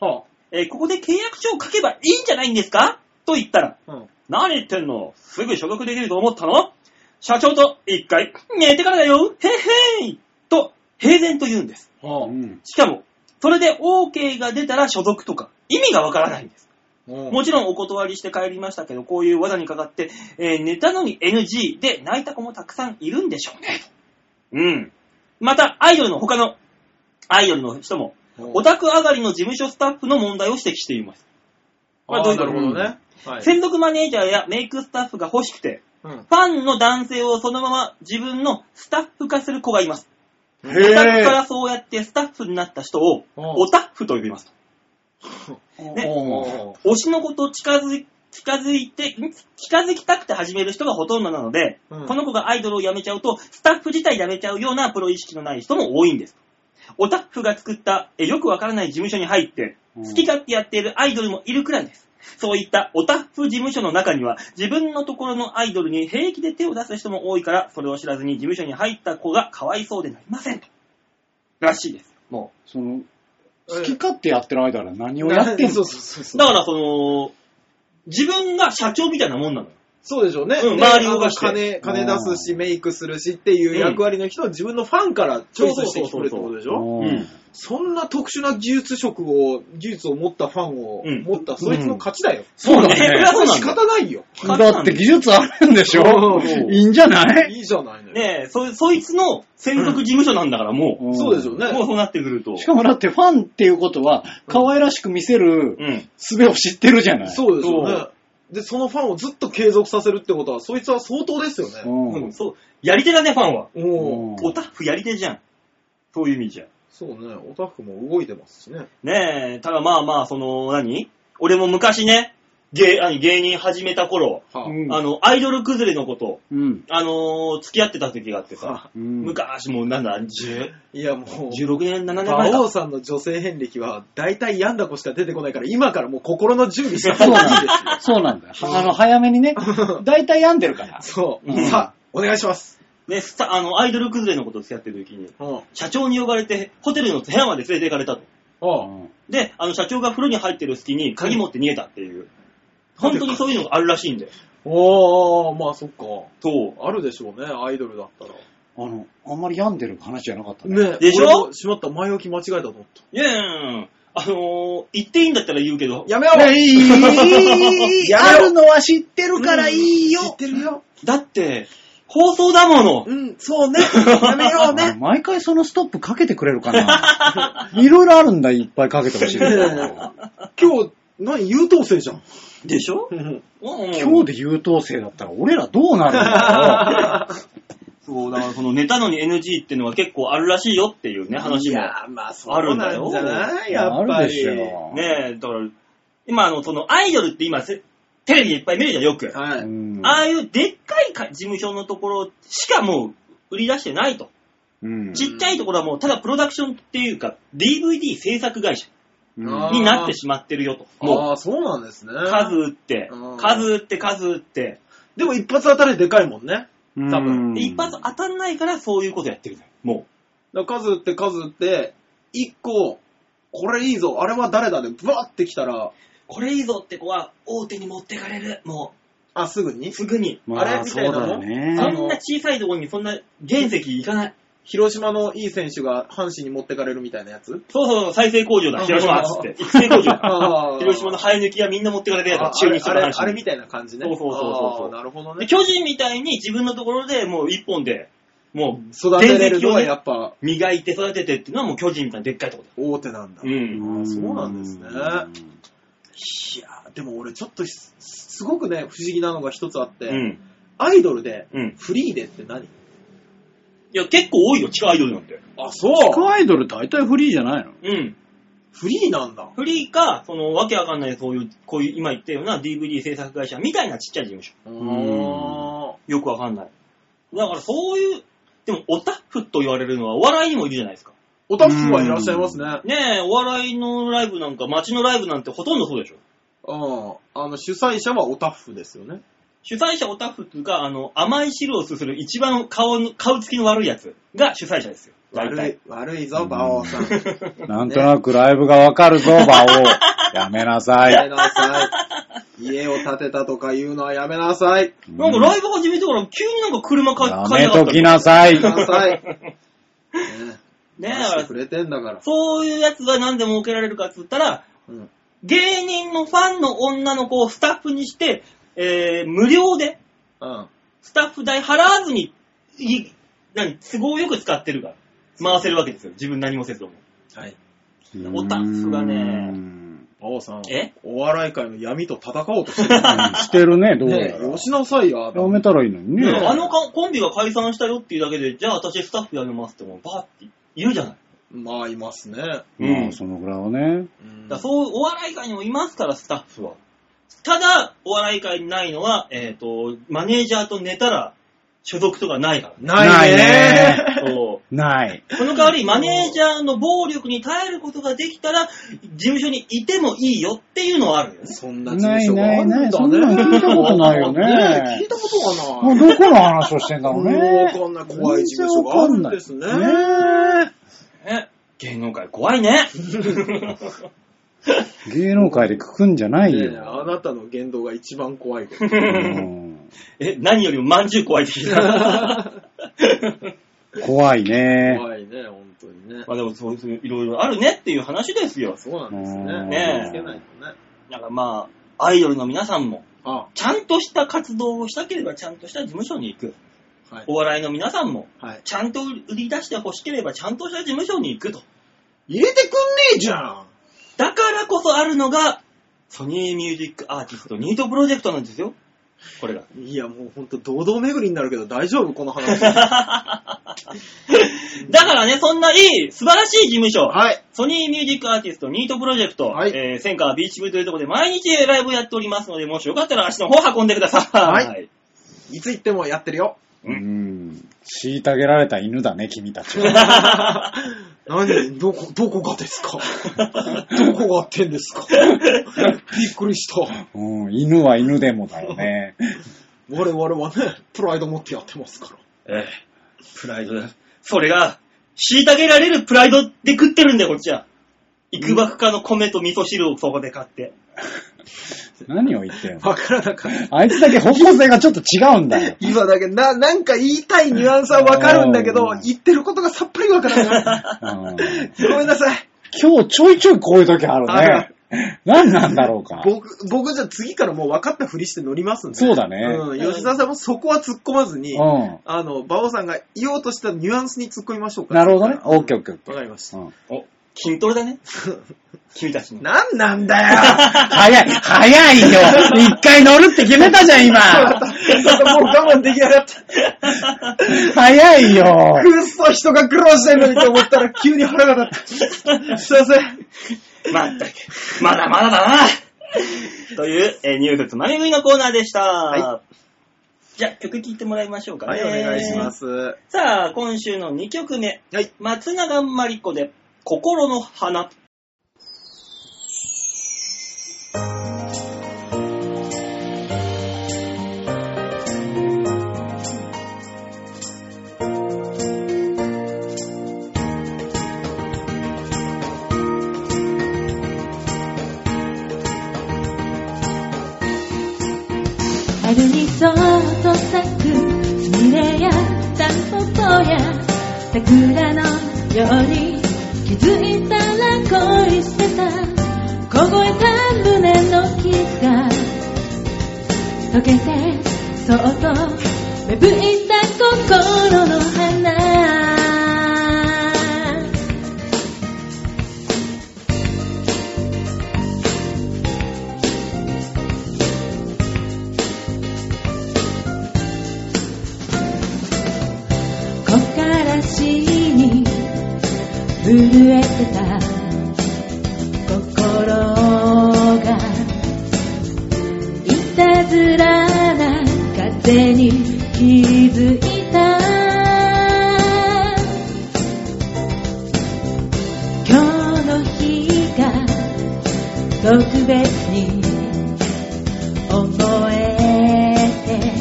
はえーここで契約書を書けばいいんじゃないんですかと言ったら、ぁ。うん。何言ってんのすぐ所属できると思ったの社長と一回寝てからだよへへいと平然と言うんです。うはんしかも、それで OK が出たら所属とか、意味がわからないんです。ぁ。もちろんお断りして帰りましたけど、こういう技にかかって、えー寝たのに NG で泣いた子もたくさんいるんでしょうね。うん。また、アイドルの他の、アイドルの人も、うんオタク上がりの事務所スタッフの問題を指摘しています。まああどうーいうこなとるほどね。はい。専属マネージャーやメイクスタッフが欲しくて、うん。ファンの男性をそのまま自分のスタッフ化する子がいます。へオタクかぇらそうやってスタッフになった人を、うんオタッフと呼びます。ねおー推しの子と近づい近づいて、ん近づきたくて始める人がほとんどなので、うんこの子がアイドルを辞めちゃうと、スタッフ自体辞めちゃうようなプロ意識のない人も多いんです。オタッフが作った、えよくわからない事務所に入って、うん好き勝手やっているアイドルもいるくらいです。そういったオタッフ事務所の中には、自分のところのアイドルに平気で手を出す人も多いから、それを知らずに事務所に入った子がかわいそうでなりませんと。らしいです。まあその、好き勝手やってる間は何をやってんそのうそうそうそう。だから、その、自分が社長みたいなもんなのよ。そうでしょうね。うんね周りを動あかのして金、金出すし、メイクするしっていう役割の人を自分のファンからチョイスしてきてくれってことでしょううんんそんな特殊な技術職を、技術を持ったファンをうん持った、そいつの勝ちだよ。そうだそれねは。そうなん仕だよ方ないよ。だって技術あるんでしょうんいいんじゃないいいじゃないのよ。ねえ、そ、そいつの専属事務所なんだから、もんそうでしょうう、もうね。そうなってくると。しかもだってファンっていうことは、可愛らしく見せるうん。術を知ってるじゃない。そうでしょうそねう。で、そのファンをずっと継続させるってことは、そいつは相当ですようね。ん。ううんん、そう。やり手だね、ファンは。おお。うんオタフやり手じゃん。そういう意味じゃ。そうね、オタクも動いてますしね。ねえ、ただまあまあ、その、何俺も昔ね、芸、あの芸人始めた頃、はうんあの、アイドル崩れのこと、うん。あのー付き合ってた時があってさ、うん昔もうなんだ、10いやもう、 16年、7年馬前王か。さんの女性遍歴は、大体病んだ子しか出てこないから、今からもう心の準備した方がいいですよ。そうなんだよ。あの、早め にね、だいたい病んでるから。そう。うんさあ、お願いします。ね、さ、あの、アイドル崩れのこと付き合ってる時に、うん。あ社長に呼ばれて、ホテルの部屋まで連れて行かれたと。あ。で、あの、社長が風呂に入ってる隙に鍵持って逃げたっていう。本当にそういうのがあるらしいんだよ。おー、まあそっか。そう。あるでしょうね、アイドルだったら。あの、あんまり病んでる話じゃなかったね。ねでしょ俺もしまった、前置き間違えたと思った。いやいやいやいやあのー、言っていいんだったら言うけど、 やめよねい いやめあろるのは知ってるからい知いっよ。てるよ。だって、放送だもの。うん、そうね。やめよう ね。毎回そのストップかけてくれるかな。いろいろあるんだ、いっぱいかけてほ しい。今日、何、優等生じゃん。でしょうん今日で。で優等生だったら俺らどうなるん だそう、だからその寝たのに NG ってのは結構あるらしいよっていうね、話いも。やー、まあそうなんじゃないろやっう。あぱるり。でしょ。ねえ、だから、今あの、そのアイドルって今せ、テレビでいっぱい見るじゃん、よく。はうい。んああいうでっかいか事務所のところしかもう売り出してないと。うんちっちゃいところはもうただプロダクションっていうか DVD 制作会社うんになってしまってるよと。もああ、そうなんですね。う数打ってう、ん数打って数打って。でも一発当たりでかいもんね。多分で一発当たんないからそういうことやってるのよ。もだから数って数って、一個、これいいぞ、あれは誰だで、ブワーってきたら、う。これいいぞって子は大手に持ってかれる。もあ、すぐう、にすぐに。まあれみたいなのそうだそんね。な小さいところにそんな原石いかない。広島のいい選手が阪神に持ってかれるみたいなやつそうそうそう、再生工場だ、あ広島っつそうそっ て。育成工場。あー 広島の生え抜きがみんな持ってかれてやあつ、中日とあかれあ阪れ神あれみたいな感じね。そうそうそうそうあーなるほどでね。巨人みたいに自分のところでもう一本で、もう育てれるのはやっぱ磨いて育ててっていうのはもう巨人みたいなでっかいとこ大手なんだ。だよ。うん。あそうなんですねいやー、でも俺ちょっとすすごくね、不思議なのが一つあって、うん。アイドルで、うん。フリーでって何いや、結構多いよ、地下アイドルなんて。あ、そう地下アイドル大体フリーじゃないのうん。フリーなんだ。フリーか、その、わけわかんない、そういう、こういう、今言ったような DVD 制作会社みたいなちっちゃい事務所。あよくわかんない。だからそういう、でも、オタフと言われるのはお笑いにもいるじゃないですか。おたふくはいらっしゃいますね。ねえ、お笑いのライブなんか、街のライブなんてほとんどそうでしょ。うん。あの、主催者はおたふですよね。主催者オタフが、あの、甘い汁をすする一番顔の、顔つきの悪いやつが主催者ですよ。大悪体い。、悪いぞ、馬王さん。なんとなくライブがわ かるぞ、バオ。やめなさやめい。なさい。家を建てたとか言うのはやめなさい。うんなんかライブ始めてから急になんか車買いや買いめやがっとたきな さい。やめな さい。ね出ねえ、だしかてらくれてんだから。そういうやつが何で儲けられるかっつったら、うん芸人のファンの女の子をスタッフにして、えー、無料で、うん。スタッフ代払わずに、い何、都合よく使ってるから。回せるわけですよ。自分何もせずとも。はい。オタフがねうん馬王さん。えお笑い界の闇と戦おうとしてる。してるね、どうやねら。え、よしなさいよ、あやのめたらいいのにね。ねえあのかコンビが解散したよっていうだけで、じゃあ私スタッフやめますってもうバーっているじゃない。まあ、いますね。うん、そのぐらいはね。うんだからそう、お笑い界にもいますから、スタッフは。ただ、お笑い界にないのは、えっ、と、マネージャーと寝たら、所属とかないかないね ないねら。そう。ない。その代わり、マネージャーの暴力に耐えることができたら、事務所にいてもいいよっていうのはあるよね。そんな事務ない所がなあるんいだね。ない。そんなの聞いたことないよねえ聞いね。たことがなもうい。どこの話をしてんだろうわね。かんない。 怖い事務所があるんですね。全然わかんないねね芸能界怖いね。芸能界でくくんじゃないねえよ。あなたの言動が一番怖いこと。うん え、何よりもまんじゅう怖いって聞いた。怖いね。怖いね、本当にね。 まあでもそういう、いろいろあるねっていう話ですよ。そうなんですうね。ん気をつけないとね。だからまあ、アイドルの皆さんも、あ、ちゃんとした活動をしたければちゃんとした事務所に行く。はいお笑いの皆さんも、はい。ちゃんと売り出して欲しければちゃんとした事務所に行くと。入れてくんねえじゃんだからこそあるのが、ソニーミュージックアーティストニートプロジェクトなんですよ。これが。いや、もうほんと堂々巡りになるけど大丈夫この話。 はだからね、そんないい、素晴らしい事務所、い。ソニーミュージックアーティストニートプロジェクト、はいえー、センカービーチ部というところで毎日ライブをやっておりますので、もしよかったら足の方運んでください。はいいつ行ってもやってるよ。うん。虐げられた犬だね、君た ちは。何どこ、どこがです かどこがってんです かびっくりした。うん、犬は犬でもだよね。我々はね、プライド持ってやってますから。ええプライドだ。それが、虐げられるプライドで食ってるんだよ、こっちは。幾ばくかの米と味噌汁をそこで買って。何を言ってんのわからなかった。あいつだけ方向性がちょっと違うんだよ。今だけ、な、なんか言いたいニュアンスはわかるんだけどうん、言ってることがさっぱりわからない。うんごめんなさい。今日ちょいちょいこういう時あるあるね。何なんだろうか。僕、僕じゃあ次からもう分かったふりして乗りますんで。そうだねうん。吉田さんもそこは突っ込まずに、うん。あの、馬王さんが言おうとしたニュアンスに突っ込みましょうか。なるほどね。うんオッケーオッケーオッケわー。かりました。うんお、筋ト レだね。君たちの。なんなん だよ早い早いよ一回乗るって決めたじゃん、今ちょっともう我慢できなかった。早いよくっそ人が苦労してんのにと思ったら急に腹が立 った。すいません。まったく、まだまだだなという、えー、ニュースつまみ食いのコーナーでした。じゃあ、曲聴いてもらいましょうかはね。い、お願いしま。す。はさあ、今週の2曲目。い。松永まり子で、心の花。桜のように気づいたら恋してた凍えた胸の傷が溶けてそっと芽吹いた心の花木からしに震えてた心がいたずらな風に気づいた今日の日が特別に思えて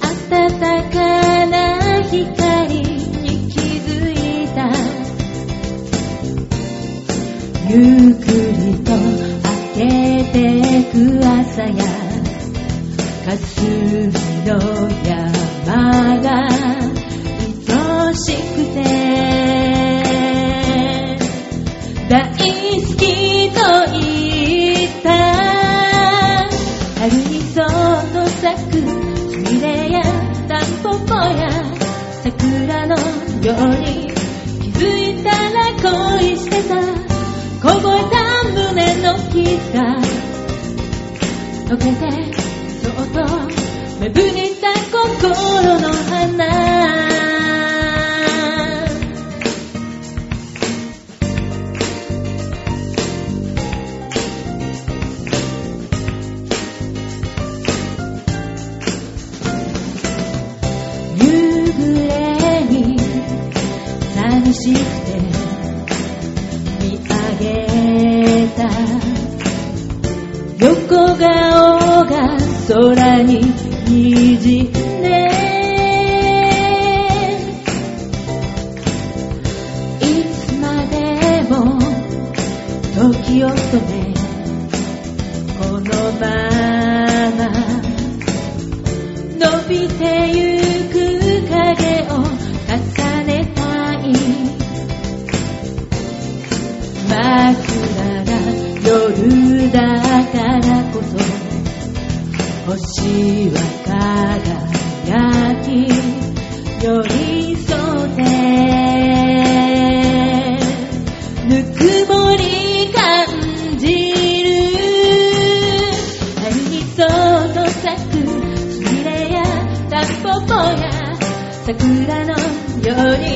暖かな光に気づいたゆっくりと明けてく朝や霞の山が愛しくて大好きと言った春にそっと咲くスミレやタンポポや桜のように気づいたら恋してた凍えた胸の傷が溶けてそっと芽吹いた心の花夕暮れに寂しくて見上げた横顔が空に滲んでいつまでも時を止めこのまま伸びてゆく影を重ねたい枕が夜だからこそ星は輝き寄り添ってぬくもり感じる春にそっと咲くスミレやタンポポや桜のように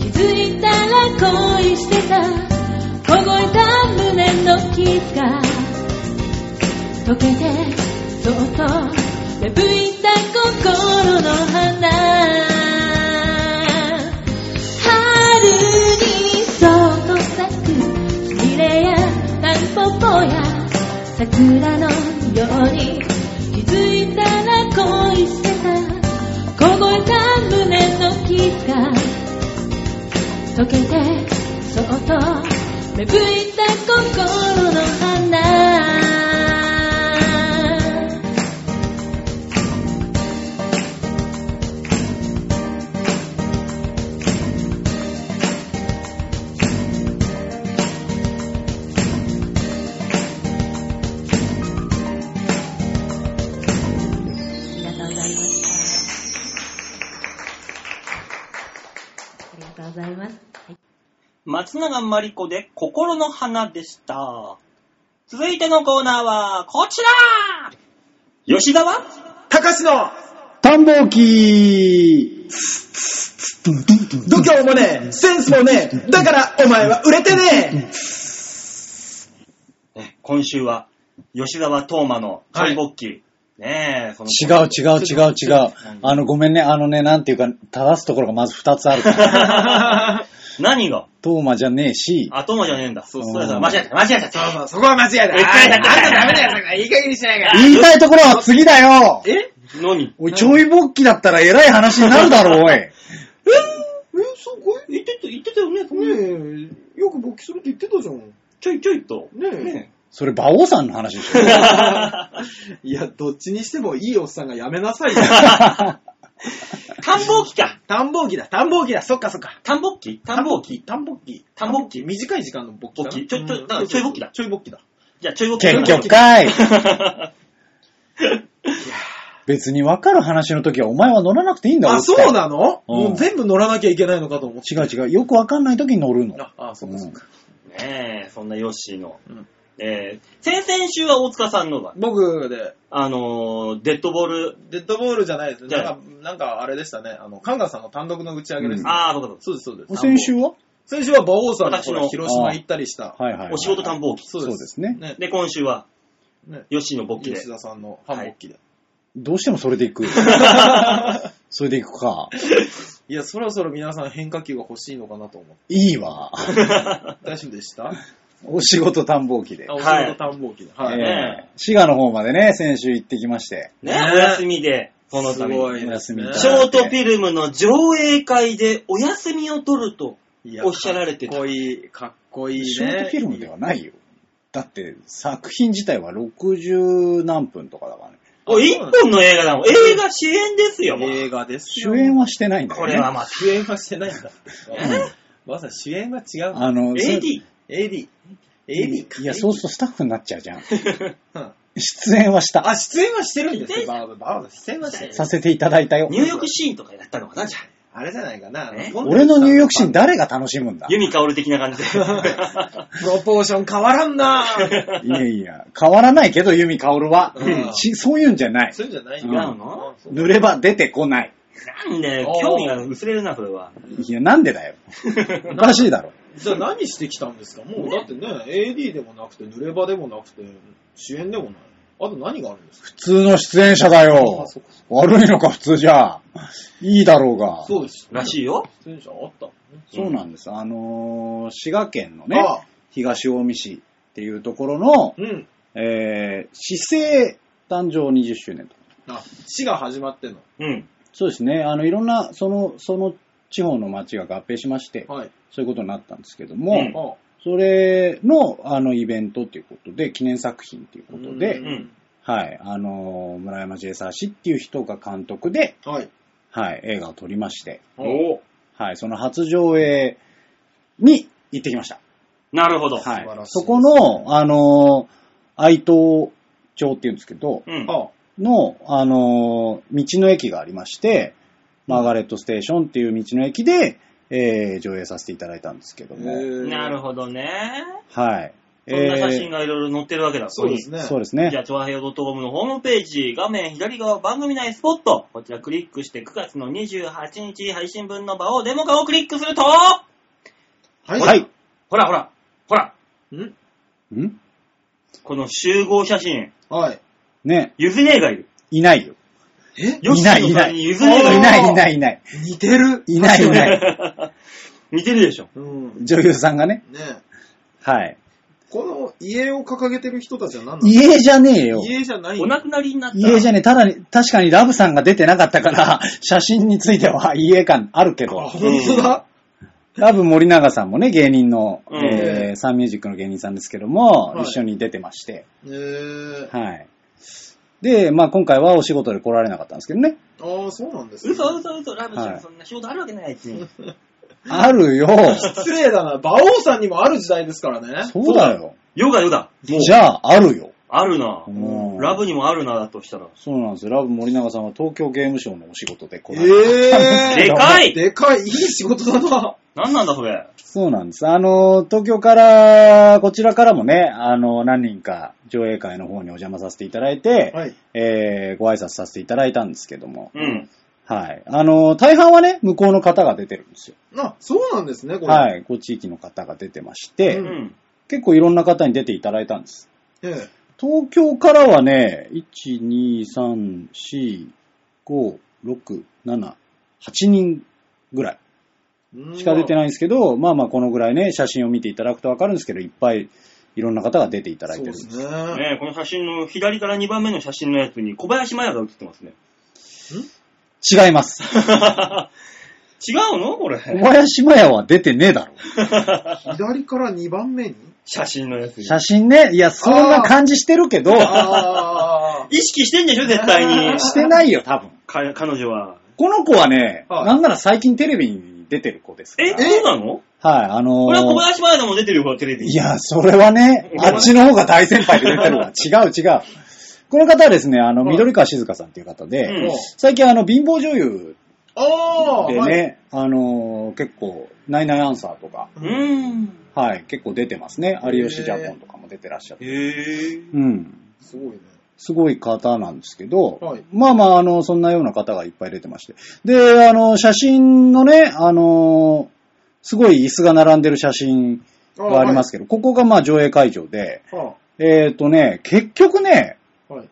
気づいたら恋してた凍えた胸の傷が溶けてそっと芽吹いた心の花春にそっと咲くスミレやタンポポや桜のように気づいたら恋してた凍えた胸の傷が溶けてそっと芽吹いた心の花ありがとうございました。ありがとうございます。はい松永まりこで心の花でした。続いてのコーナーは、こちら吉田はたかしの田んぼうき度胸もねえ、センスもねえ、だからお前は売れてねね今週は、吉沢東馬のちょいぼっき。ねえ、その違う違う違う違う。あの、ごめんね、あのね、なんていうか、正すところがまず2つある から。 何がトーマじゃねえし、あ、東馬じゃねえんだ。そうそうだ間違えた、間違えた。えそう、そこは間違いだ。一回だけあなたダメだよ、そこはいい加減にしないから。言いたいところは次だよえ何おい、ちょいぼっきだったらえらい話になるだろ、 おい。え、そうこ言ってた、言ってたよね、ねえ、よく勃起するって言ってたじゃん。ちょいちょいと。ねそれ、馬王さんの話でし ょ。 え。いや、どっちにしてもいいおっさんがやめなさいよ。田んぼ機か。探訪機だ、探訪機だ、そっかそっか。田んぼっき田んぼっき探訪機。田んぼっき短い時間の勃起だな。勃起ちょちょんだからちょい勃起だちょい勃起だ。じゃあ、中国結局かい。いや別に分かる話の時はお前は乗らなくていいんだあ、そうなのうんもう全部乗らなきゃいけないのかと思って。違う違う。よく分かんない時に乗るの。あ、あ、そうかそうか。 ねえ、そんなヨッシーの。うんえー、先々週は大塚さんのだ。僕で、あのー、デッドボール、デッドボールじゃないです。じなゃんあか、なんかあれでしたね。あの、カンガさんの単独の打ち上げでした。ああ、そうかそそううかです、そうです。先週は先週は馬王さんがほら私の広島行ったりした。はいはいはい。お仕事探訪機。そうですね。ね。で、今週は、ねヨッシーの勃起で吉。田さんの反勃起で。どうしてもそれで行 く。それで行くか。いや、そろそろ皆さん変化球が欲しいのかなと思って。いいわ。 大丈夫でしたお仕事探訪機で。あ、お仕はい事探訪機で。はい。ええ滋賀の方までね、先週行ってきまして。ねねえお休みで、このために。いですねショートフィルムの上映会でお休みを取るといやおっしゃられて。かったこいい、かっこいいね。ショートフィルムではないよ。だって、作品自体は60何分とかだからね。お、一本の映画だもん。映画主演ですよ。映画ですよ。主演はしてないんだこよれね。はまた。主演はしてないんだ。まさに主演は違う。あの、そう AD。 AD。AD か。いや、そうするとスタッフになっちゃうじゃうん。ん出演はした。あ、出演はしてるんですよ。バーバーバーバー出演はしてる。させていただいたよ。入浴シーンとかやったのかな、 じゃあ。あれじゃないかな。え俺の入浴シーン誰が楽しむんだユミカオル的な感じで。プロポーション変わらんないやいや、変わらないけど、ユミカオルはう。んしそういうんじゃない。 そういうんじゃない違うのうん塗れば出てこない。なんだよ、興味が薄れるな、それは。いや、なんでだ よ。おかしいだろ。じゃあ何してきたんですかもうだってね、AD でもなくて、濡れ場でもなくて、主演でもない。あと何があるんですか普通の出演者だよあそっかそっ。悪いのか、普通じゃ。いいだろうが。そうです。らしいよ。出演者あったもんね。そうなんです。あのー滋賀県のねあ、東近江市っていうところの、うん。えー、市政誕生20周年と。あ、死が始まってんの。うん。そうですね。あの、いろんな、その、その地方の町が合併しまして、はい。そういうことになったんですけども、うんあそれの、あの、イベントっていうことで、記念作品っていうことで、うんうんはい、あのー村山ジェイサー氏っていう人が監督で、はい。はい、映画を撮りまして、おはい、その初上映に行ってきました。なるほど。はい素晴らしい。ですそこの、あのー愛東町っていうんですけど、うん。あの、あのー道の駅がありまして、マーガレットステーションっていう道の駅で、えー上映させていただいたんですけども、なるほほどね。はい。そんな写真が、がいろいろ載ってるわけだ、そうですね。そうですここにねじゃ。あ、チョアヘヨドットコムのホームページ、画面左側番組内スポット、こちらクリックして9月の28日配信分の場をデモ化をクリックすると、ほはい。はい。らほら、ほら、んんこの集合写真、はい。ね、ゆず姉がいる。いないよ。えヨッシーの代わりにゆず姉がいいる。ないいないいない。似てるいないいない。 似てるでしょ。うん。女優さんがね。ねえはい。この家を掲げてる人たちは何なの家じゃねえよ。家じゃないお亡くなりになった。家じゃねねえ。ただに、確かにラブさんが出てなかったから、 写真については 家感あるけあ、ど、本当だ。ラブ森永さんもね、芸人の、うんえーサンミュージックの芸人さんですけども、はい一緒に出てまして。えー。はい。で、まあ今回はお仕事で来られなかったんですけどね。ああ、そうなんです、ね。嘘嘘嘘、ラブちゃん、はいそんな仕事あるわけないって。あるよ。失礼だな。馬王さんにもある時代ですからね。そうだよ。 ヨガヨガ。もう、じゃあ、あるよ。あるな。うんラブにもあるな、だとしたら。そうなんですよ。ラブ森永さんは東京ゲームショウのお仕事で来られなかったえでえかー。いでかい。いい仕事だな。なんなんだ、それ。そうなんです。あの、東京から、こちらからもね、あの、何人か上映会の方にお邪魔させていただいて、はい。えー、ご挨拶させていただいたんですけども、うん。はい。あの、大半はね、向こうの方が出てるんですよ。あ、そうなんですね、これ。い。はい。ご地域の方が出てまして、うんうん。結構いろんな方に出ていただいたんです。え東京からはね、1、2、3、4、5、6、7、8人ぐらい。え。しか出てい。ないんですけど、まあまあこのぐらいね、写真を見ていただくとわかるんですけど、いっぱいいろんな方が出ていただいそうてでるんです。すね。ねえこの写真の左から2番目の写真のやつに小林麻也が写ってますね。違います。違うのこれ。小林麻也は出てねえだろ。左から2番目に写真のやつに。写真ね、いや、そんな感じしてるけど、ああ。意識してんでしょ絶対に。してないよ、多分。か彼女は。この子はね、はいなんなら最近テレビに出てる子ですかえ、ら。そうなのはい、あのー俺は小林前でも出てるよ、これテレビ。いや、それはね、あっちの方が大先輩で出て るわ。違う違う。この方はですね、あの、はい緑川静香さんっていう方で、うん最近あの、貧乏女優ああでね、あのー結構、ナイナイアンサーとか、うーん。はい、結構出てますね。有吉ジャポンとかも出てらっしゃる。へぇうん。すごいね。すごい方なんですけど、はいまあまあ、あの、そんなような方がいっぱい出てまして。で、あの、写真のね、あの、すごい椅子が並んでる写真がありますけど、ここがまあ上映会場で、はえっ、とね、結局ね、あ、はい。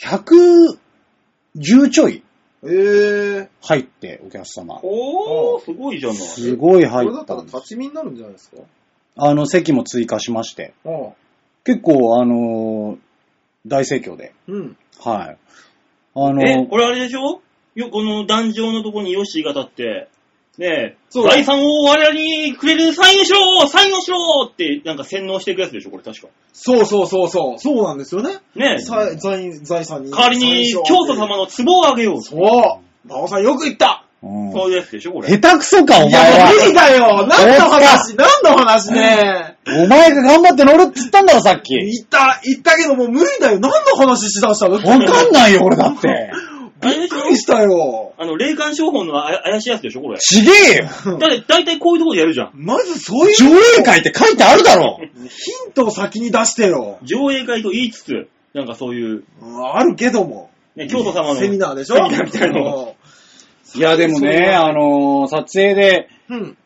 110ちょいえー、入って、お客様。おー、すごいじゃない。すごこい入れだっったたらんです立。ち見になるんじゃないですかあの、席も追加しまして、ああ、結構、あの、大盛況で、うん。はい。あの、え、これあれでしょよ、この壇上のとこにヨッシーが立って、ねえ、そう財産を我々にくれるサインをしろサインをしろって、なんか洗脳していくやつでしょこれ確か。そうそうそうそう。そうなんですよね。ねえ、さ財財産に。代わりに教祖様の壺をあげよう。そそう馬王さんよく言ったうんういうやつでしょこれ。下手くそか、おいや前、は。無理だよ何の話何の話ねお前が頑張って乗るっつったんだろ、さっき。言った、言ったけどもう無理だよ何の話しだしたのわかんないよ、俺だって。あれでしびっくりょしたよあの、霊感商法のあや怪しいやつでしょこれ。ちげえよ。だって、大体こういうとこでやるじゃん。まずそういう上映会って書いてあるだろ。ヒントを先に出してよ。上映会と言いつつ、なんかそういう、うんあるけども。ね、教祖様の。セミナーでしょセミナーみたいなの。いや、でもね、あのー撮影で、うん。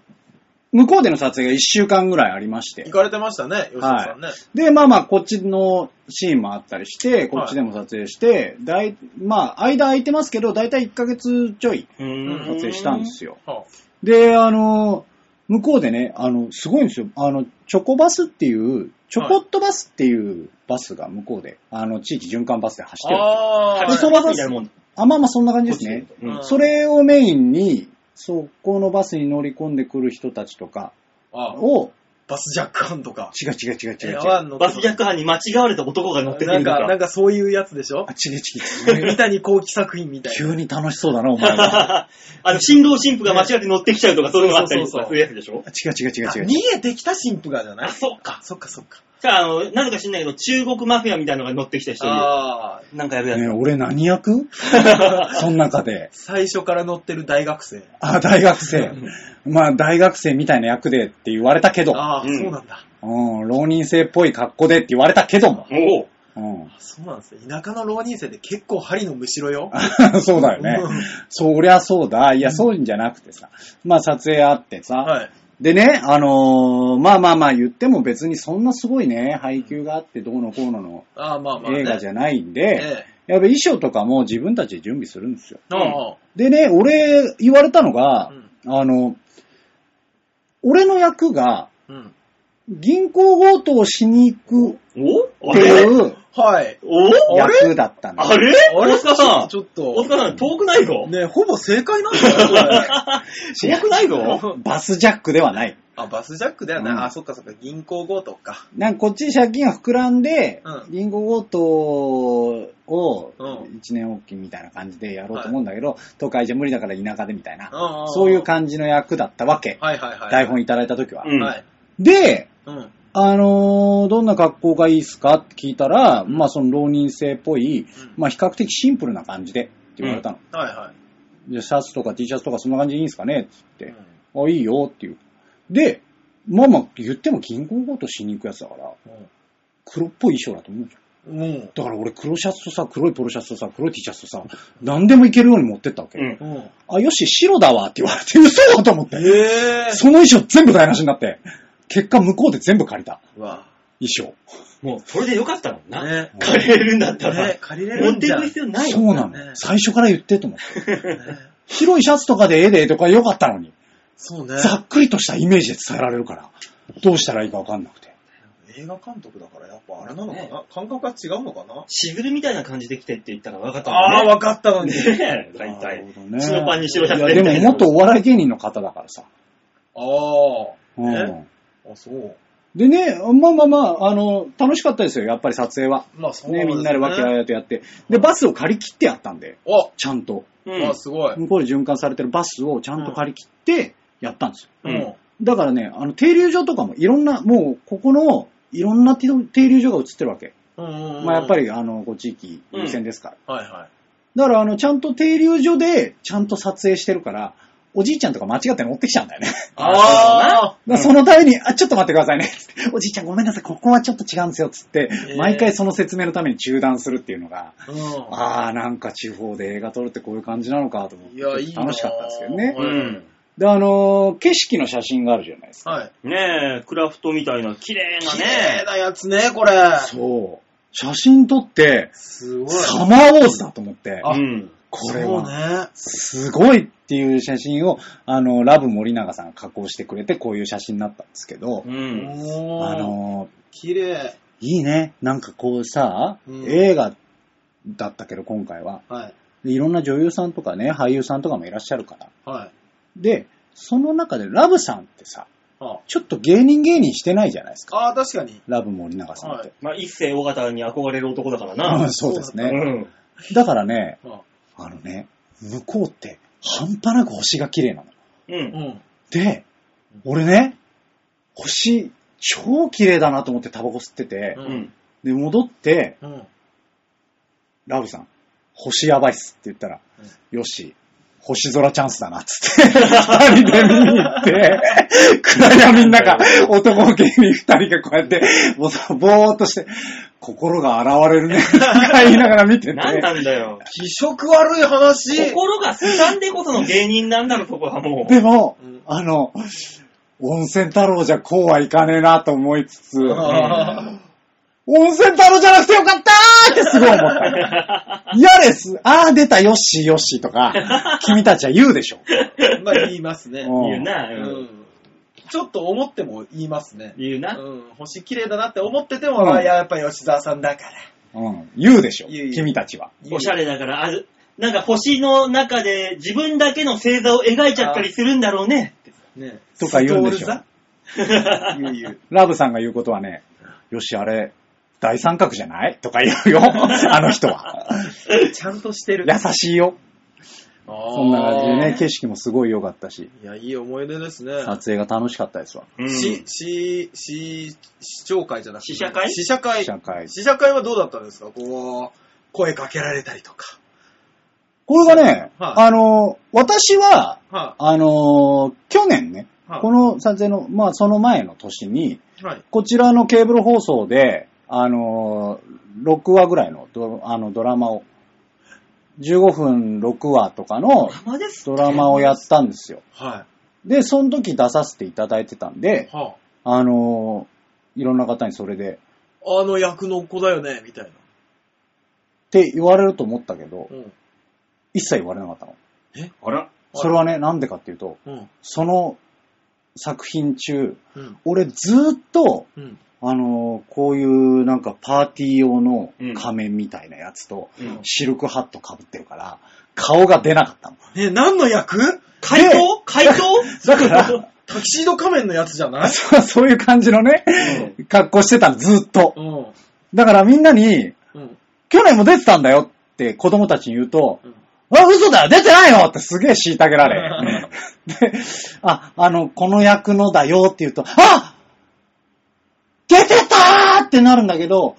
向こうでの撮影が1週間ぐらいありまして行。かれてましたね、吉野さんね。で、まあまあ、こっちのシーンもあったりして、こっちでも撮影して、だい、まあ、間空いてますけど、だいたい1ヶ月ちょい撮撮影したんですよ。はで、あの、向こうでね、あの、すごいんですよ。あの、チョコバスっていう、チョコットバスっていうバスが向こうで、あの、地域循環バスで走ってる。ああ旅ー嘘そばみたいなもん。まあまあそんな感じですね。うんうんそれをメインに、そこのバスに乗り込んでくる人たちとかあを、バスジャックハンとか。違う違う違う違う違う。あ、バスジャック犯に間違われた男が乗ってくなるんとか、なんか。かそういうやつでしょ違う違う違う。三谷幸喜作品みたいな。急に楽しそうだな、お前は。 あの、新郎新婦が間違って乗ってきちゃうとか、そういうのがあったりとそうか、そうそうそういうやつでしょ違う違う違あう違う逃。げてきた神父がじゃないあ、そっか。そっかそっか。じゃあ、あの、なぜか知んないけど、中国マフィアみたいなのが乗ってきた人に、ああ、なんかやるやねえつ。俺何役その中で。最初から乗ってる大学生。あ、大学生。まあ、大学生みたいな役でって言われたけど。ああ、うんそうなんだ。うん、浪人生っぽい格好でって言われたけども。おおうん。そうなんですよ。田舎の浪人生って結構針のむしろよ。 そうだよねうん。そりゃそうだ。いや、そういうんじゃなくてさ。まあ、撮影あってさ。はい。でね、あのーまあまあまあ言っても別にそんなすごいね、配給があってどうのこうののああ、まあまあ、ね。映画じゃゃないんで、えやっぱ衣装とかも自分たちで準備するんですよ。え。あでね、俺言われたのが、あの、俺の役があ、うん。銀行強盗をしに行くおっあてれいうはい。おあれ役だったんだあれ大塚さんちょっ大と、塚さん、遠くないぞ。ね、ほぼ正解なんだよ、これ。遠くないぞ。バスジャックではない。 あ、バスジャックだよね。うんあ、そっかそっか、銀行強盗か。なんかこっちに借金が膨らんで、うん銀行強盗をうん一年おきみたいな感じでやろうと思うんだけど、都会じゃ無理だから田舎でみたいな、んそういう感じの役だったわけ。はいはいはい。台本いただいた時は。うんはい。で、うん。あのーどんな格好がいいですかって聞いたら、まあその浪人生っぽい、うんまあ比較的シンプルな感じでって言われたの。はいはい。じゃあシャツとか T シャツとかそんな感じでいいんですかねって言って、うあ、いいよっていう。で、まあまあ言っても銀行強盗しに行くやつだから、ん黒っぽい衣装だと思うじゃん。うん。だから俺黒シャツとさ、黒いポロシャツとさ、黒い T シャツとさ、何でもいけるように持ってったわけ。うん。うん。あ、よし、白だわって言われて、嘘だと思って。ええその衣装全部台無しになって、結果向こうで全部借りた。ー。わ衣装。もう、それでよかったもんな。ね。借りれるんだったら。ね、借りれる持っんてじいゃくん必。要ない。そうなのね。最初から言ってと思って。ね白いシャツとかで絵でとか良かったのに、そうね。ざっくりとしたイメージで伝えられるから、どうしたらいいかわかんなくて。映画監督だからやっぱあれなのかな感覚が違うのかなしぐるみたいな感じで来てって言ったら分かったもんね。 ああ、わかったのに。ねえ、大な体る。ほどねスノパンにしろいや100で円も元お笑い芸人の方だからさ。ああ。うねん。あ、そう。でね、まあまあまあ、あの、楽しかったですよ、やっぱり撮影は。まあ、そうね、みんなでわけあい。やとやって。で、バスを借り切ってやったんで、あ、ちゃんと。うんあ、すごい。向こうで循環されてるバスをちゃんと借り切ってやったんですよ。ううんん。だからね、あの、停留所とかもいろんな、もう、ここの、いろんな停留所が映ってるわけ。うん。まあ、やっぱり。り、あの、こう地域優先ですから。はいはだから、あの、ちゃんと停留所で、ちゃんと撮影してるから、おじいちゃんとか間違って持ってきちゃうんだよね。い。ああだからそのために、あ、ちょっと待ってくださいね。 つっておじいちゃんごめんなさい、ここはちょっと違うんですよ。つって、えー毎回その説明のために中断するっていうのが、ーうん。あー、なんか地方で映画撮るってこういう感じなのかと思って、いや、いいな楽しかったんですけどね。ううんん。で、あのー景色の写真があるじゃないですか。はい。ねえ、クラフトみたいな、綺麗な綺麗ね。なやつね、これ。そう。写真撮って、すごい。サマーウォーズだと思って、あうん。これはそうね。すごいっていう写真を、あの、ラブ森永さんが加工してくれて、こういう写真になったんですけど、うん。おあー。のー綺麗。いいね。なんかこうさ、うん映画だったけど、今回は。はい。でいろんな女優さんとかね、俳優さんとかもいらっしゃるから。はい。で、その中でラブさんってさ、あちょっと芸人芸人してないじゃないですか。あー、確かに。ラブ森永さんって。まあ、一世尾形に憧れる男だからうな。んそうですうね。ん。だからね、ああのね、向こうって半端なく星が綺麗なの。う。うんん。で、俺ね、星超綺麗だなと思ってタバコ吸っててう、うん。で、戻って、うん。ラブさん、星やばいっすって言ったら、よし、星空チャンスだなっつって、二人で見に行って、暗闇の中、男受けに二人がこうやって、ぼーっとして、心が現れる ね、とか言いながら見てて、なんなんだよ。気色悪い話。 心がすさんでこその芸人なんだろ、そこはもう。でもうん、あの、温泉太郎じゃこうはいかねえなと思いつつ、あ温泉太郎じゃなくてよかったーってすごい思 った。嫌です。あー出た、よしよし とか、君たちは言うでしょ。ーまあ言いますね。うん 言うな、ううん。ん。ちょっと思っても言いますね。言うな。うん。星綺麗だなって思っててうも、んあいややっぱ吉沢さんだから。うん、言うでしょ、言う言う君たちは。おしゃれだから、ある、なんか星の中で自分だけの星座を描いちゃったりするんだろうね。ね。とか言うんでしスょトール座言う言う。ラブさんが言うことはね、よし、あれ、大三角じゃないとか言 うよ、あの人は。ちゃんとしてる。優しいよ。そそんな感じでね、景色もすごい良かったし、いや、いい思い出ですね。撮影が楽しかったですわ。うんし、し、し、市長会じゃなくて。試写会試写会試。写会。試写会はどうだったんですかこう、声かけられたりとか。これがね、はいあの、私は、はあの、去年ね、はいこの撮影の、まあその前の年に、い。はい。こちらのケーブル放送で、あのー、6話ぐらいのドあのドラマを、15分6話とかのたまです。ドラマをやったんですよ。はで、その時出させていただいてたんい。で、はあのー、いろんな方にそれで、あ、あの役の子だよね、みたいな。って言われると思ったけどう、ん。一切言われなかったの。あら。それはね、なんでかっていうと、うん。その作品中、うん。俺ずーっと、うん。あのー、こういうなんかパーティー用のうん仮面みたいなやつと、うんシルクハット被ってるから、顔が出なかったの。え、何の役回答回答だから、タキシード仮面のやつじゃないそうそういう感じの ね、格好してたの、ずっと。うん。だからみんなに、うん。去年も出てたんだよって子供たちに言うと、うんあ、嘘だよ出てないよってすげえ虐げられ。 で、あ、あの、この役のだよって言うと、あ出てたーってなるんだけど、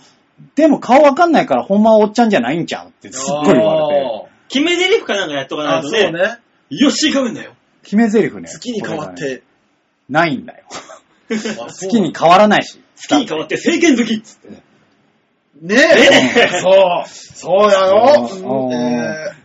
でも顔わかんないからほんまはおっちゃんじゃないんちゃうってすっごい言われて。決め台詞かなんかやっとかあーなあ、いそとうね。ね。よし、画面だよ。決め台詞ね。月に変わっこれがね。て。ないんだよ。月月に。変わらないし。月に変わって聖剣好きっつってね。ねえ。そう。そうやろ。うんえ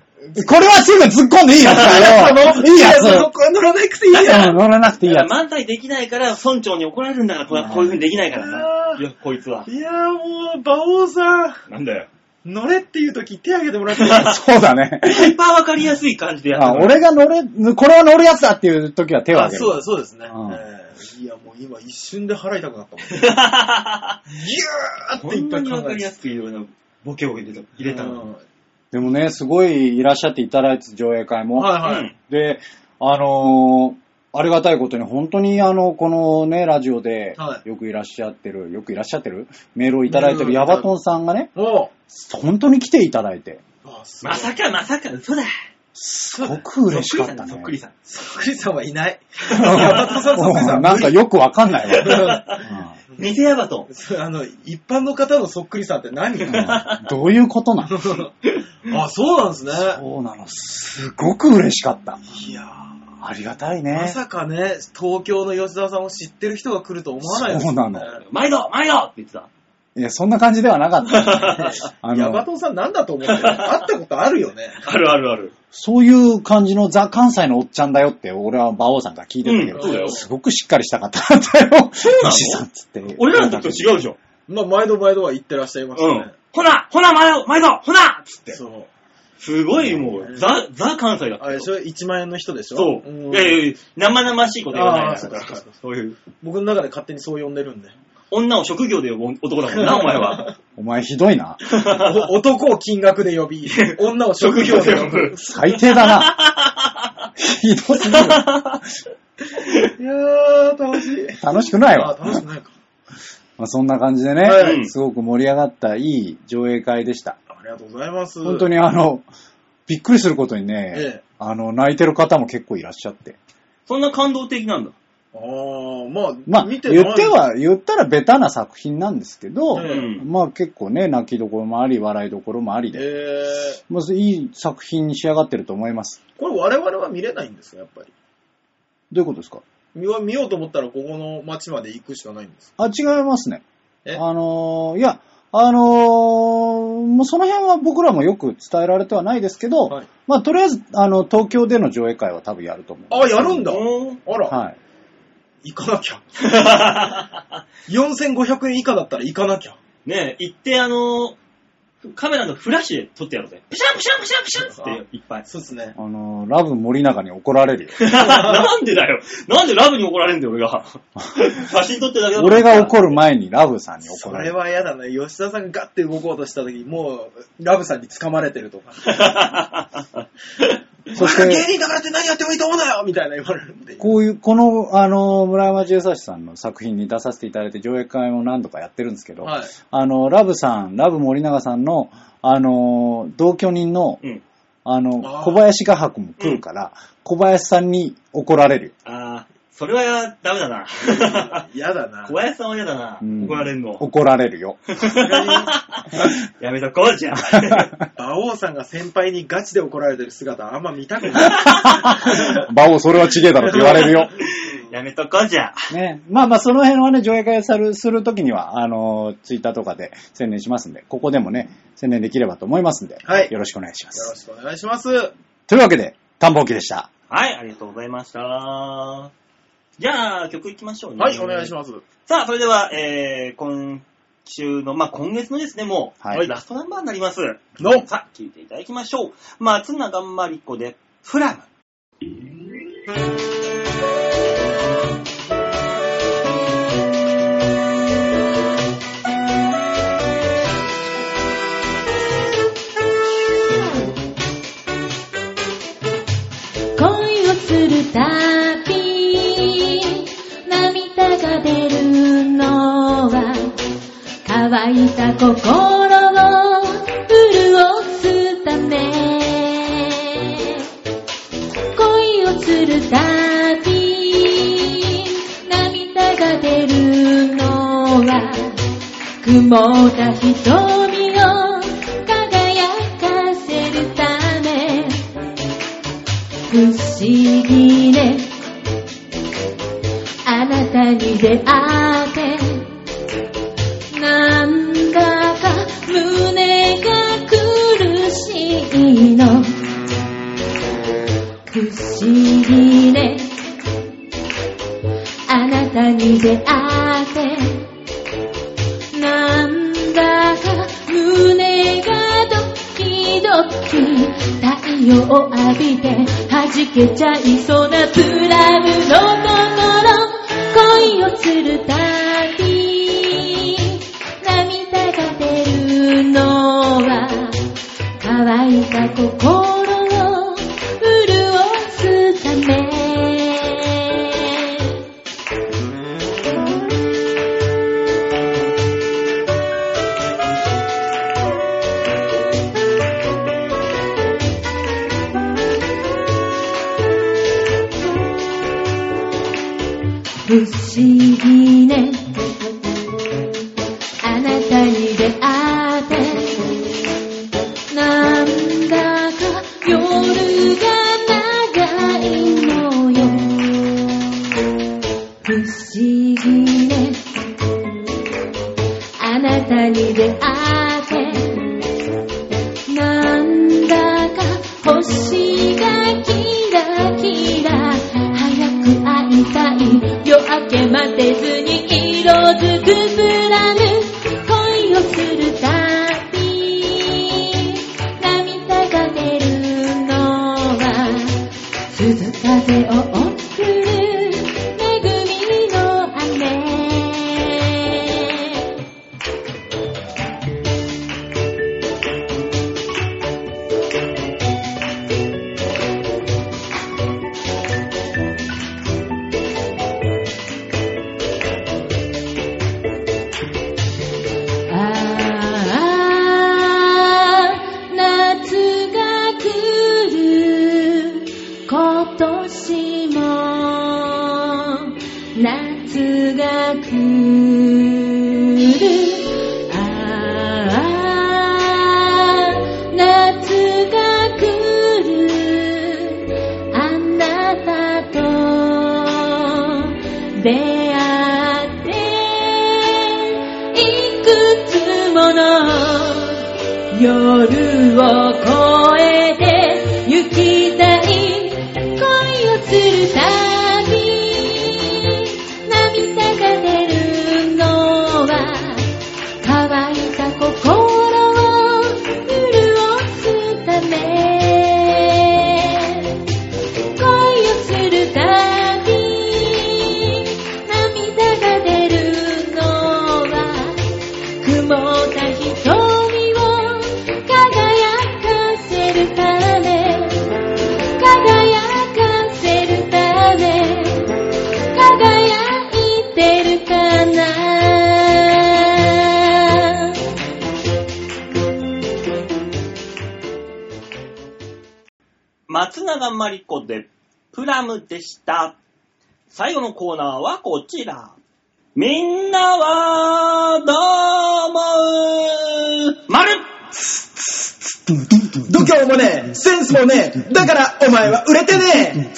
これはすぐ突っ込んでいいやつ だよ。ーいいやつ。そこは乗らなくていいや。うん乗らなくていいやつ。漫才できないから村長に怒られるんだから、こうこういう風にできないからさ。う。いや、こいつはい やーもう、馬王さん、なんだよ。乗れっていう時手挙げてもらっていい そうだね。ハイパーわかりやすい感じでやってあたから俺が乗れ、これは乗るやつだっていう時は手をあ、挙げる。そうだ、そうですね。うんえーいや、もう今一瞬で払いたくなったもん。ギューっこていんっなぱいにわ考かえりやてすくいろいろなボケを入れた入れたうの。んでもね、すごいいらっしゃっていただいて、上映会も。はいはうい。んで、あのーありがたいことに、本当にあの、このね、ラジオでは、いよくいらっしゃってる、よくいらっしゃってるメールをいただいてうるんヤバトンさんがね、おう本当に来ていただいて、あ、すごいまさかまさか嘘だ。すごく嬉しかったね。そっくりさんだ、そっくりさんはい ない。山田さんそっくりさんなんかよくわかんないわ。 そっくりさん。偽ヤバトン。そあの、一般の方のそっくりさんって何うんうんどういうことなのあ、そうなんですね。そうなの。すごく嬉しかった。いやーありがたいまね。さかね、東京の吉沢さんを知ってる人が来ると思わないですよね。そ うなの毎度毎度って言ってた。いや、そんな感じではなかった。あヤバの、トンさんなんだと思ってる会ったことあるよね。あるあるある。そういう感じのザ・関西のおっちゃんだよって、俺は馬王さんから聞いてたけうんど、そうだよすごくしっかりした方だったよ。そうなの 西さんっつって。俺らの時と違うでしょ。まあ、毎度毎度は言ってらっしゃいましたうねん。。ほな、ほな、毎度、毎度、ほなっつって。そう。すごいもう、ザ、ザ関西だっあたれよで。しょ ?1 万円の人でしょそう。んいやいやいや、生々しいこと言わないあーかそうらかそうか。そういう。僕の中で勝手にそう呼んでるんで。女を職業で呼ぶ男だもんな、お前は。お前ひどいな。お男を金額で呼び、女を職 職業で業で呼 呼ぶぶ。。最低だな。ひどすぎる。いやー、楽しい。楽しくないあわ。楽しくないか。まあ、そんな感じでね、はいすごく盛り上がったいい上映会でした。ありがとうございます。本当にあの、びっくりすることにね、ええあの、泣いてる方も結構いらっしゃって。そんな感動的なんだ。ああ、まあ、まあ、見てない言って、は、言ったらベタな作品なんですけど、えうん。まあ結構ね、泣きどころもあり、笑いどころもありえで、ー、まあ、いい作品に仕上がってると思います。これ我々は見れないんですか、やっぱり。どういうことですか見よ見ようと思ったら、ここの町まで行くしかないんです。あ、違いますね。えあのーいや、あのーもうその辺は僕らもよく伝えられてはないですけど、はいまあとりあえず、あの、東京での上映会は多分やると思う。あ、やるんだ。おーあら、はい。行かなきゃ。4500円以下だったら行かなきゃ。ねえ、行って、あのー、カメラのフラッシュで撮ってやろうぜ。プシャンプシャンプシャンプシャンっていっぱい。そうですね。あのーラブ森永に怒られ るよ。なんでだよ。なんでラブに怒られるんだよ、俺が。 写真撮ってるだけだ俺が怒る。る前にラブさんに怒そられれる。は嫌だね。吉田さんがガッて動こうとした時、もう、ラブさんに掴まれてるとか。 そしお前ら芸て、人だからって何やってもいいと思うなよみたいな言われるんで。こういう、この、あのー村山千恵さんの作品に出させていただいて上映会も何度かやってるんですけど、はい。あの、ラブさん、ラブ森永さんの、あの、同居人の、 うん。あの、あー小林画伯も来るから、小林さんに怒られるよ。あー、それはダメだ な。嫌だな。小林さんは嫌だな。うん怒られるの。怒られるよ。やめとこ うじゃん。馬王さんが先輩にガチで怒られてる姿あんま見たく ない。バオ、それは違えだろって言われる よ。やめとこうじゃん。ね。まあまあ、その辺はね、上映会する、するときには、あの、ツイッターとかで宣伝しますんで、ここでもね、宣伝できればと思いますんで、はいよろしくお願いしまよろす。しくお願いします。というわけで、田んぼうきでした。はい、ありがとうございました。じゃあ、曲いきましょうね。はい、お願いします。さあ、それでは、えー、今週の、まあ、今月のですね、もう、はいラストナンバーになります。のさあ、聴いていただきましょう。松永まりこで、フラム。恋をするたび涙が出るのは乾いた心を潤すため恋をするたび涙が出るのは雲が瞳を輝かせるため不思議ねあなたに出会ってなんだか胸が苦しいの不思議ねあなたに出会ってなんだか胸がドキドキ太陽を浴びて弾けちゃいそうなプラムのところ恋をするたび涙が出るのは乾いた心を潤すため「不思議ねあなたに出会ってなんだか夜が長いのよ不思議ねあなたに出会ってなんだか星がキラキラ早く会いたい夜明け待てずに色づくプラム恋をするたび涙が出るのは鈴風を送る恵みの雨ああ夏が来る今年も夏が来るああ夏が来るあなたと出会っていくつもの夜を越えて行きたい恋をするたび涙が出るのは乾いた心を潤すため恋をするたび涙が出るのは曇った瞳を輝かせるため輝かせるため輝いてるかな松永まりこで、プラムでした。最後のコーナーはこちら。みんなは、どう思うまる度胸もねえ、センスもねえ、だからお前は売れてね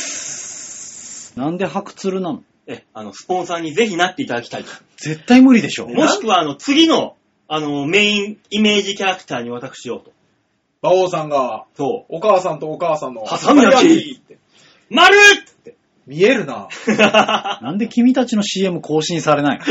なんで白鶴なのえ、あの、スポンサーにぜひなっていただきたい。絶対無理でしょ。もしくは、あの、次の、あの、メイン、イメージキャラクターに私をと。馬王さんが、そお母さんとお母さんの、ハサミ焼きって。う。まるって。見えるな。なんで君たちの CM 更新されないのい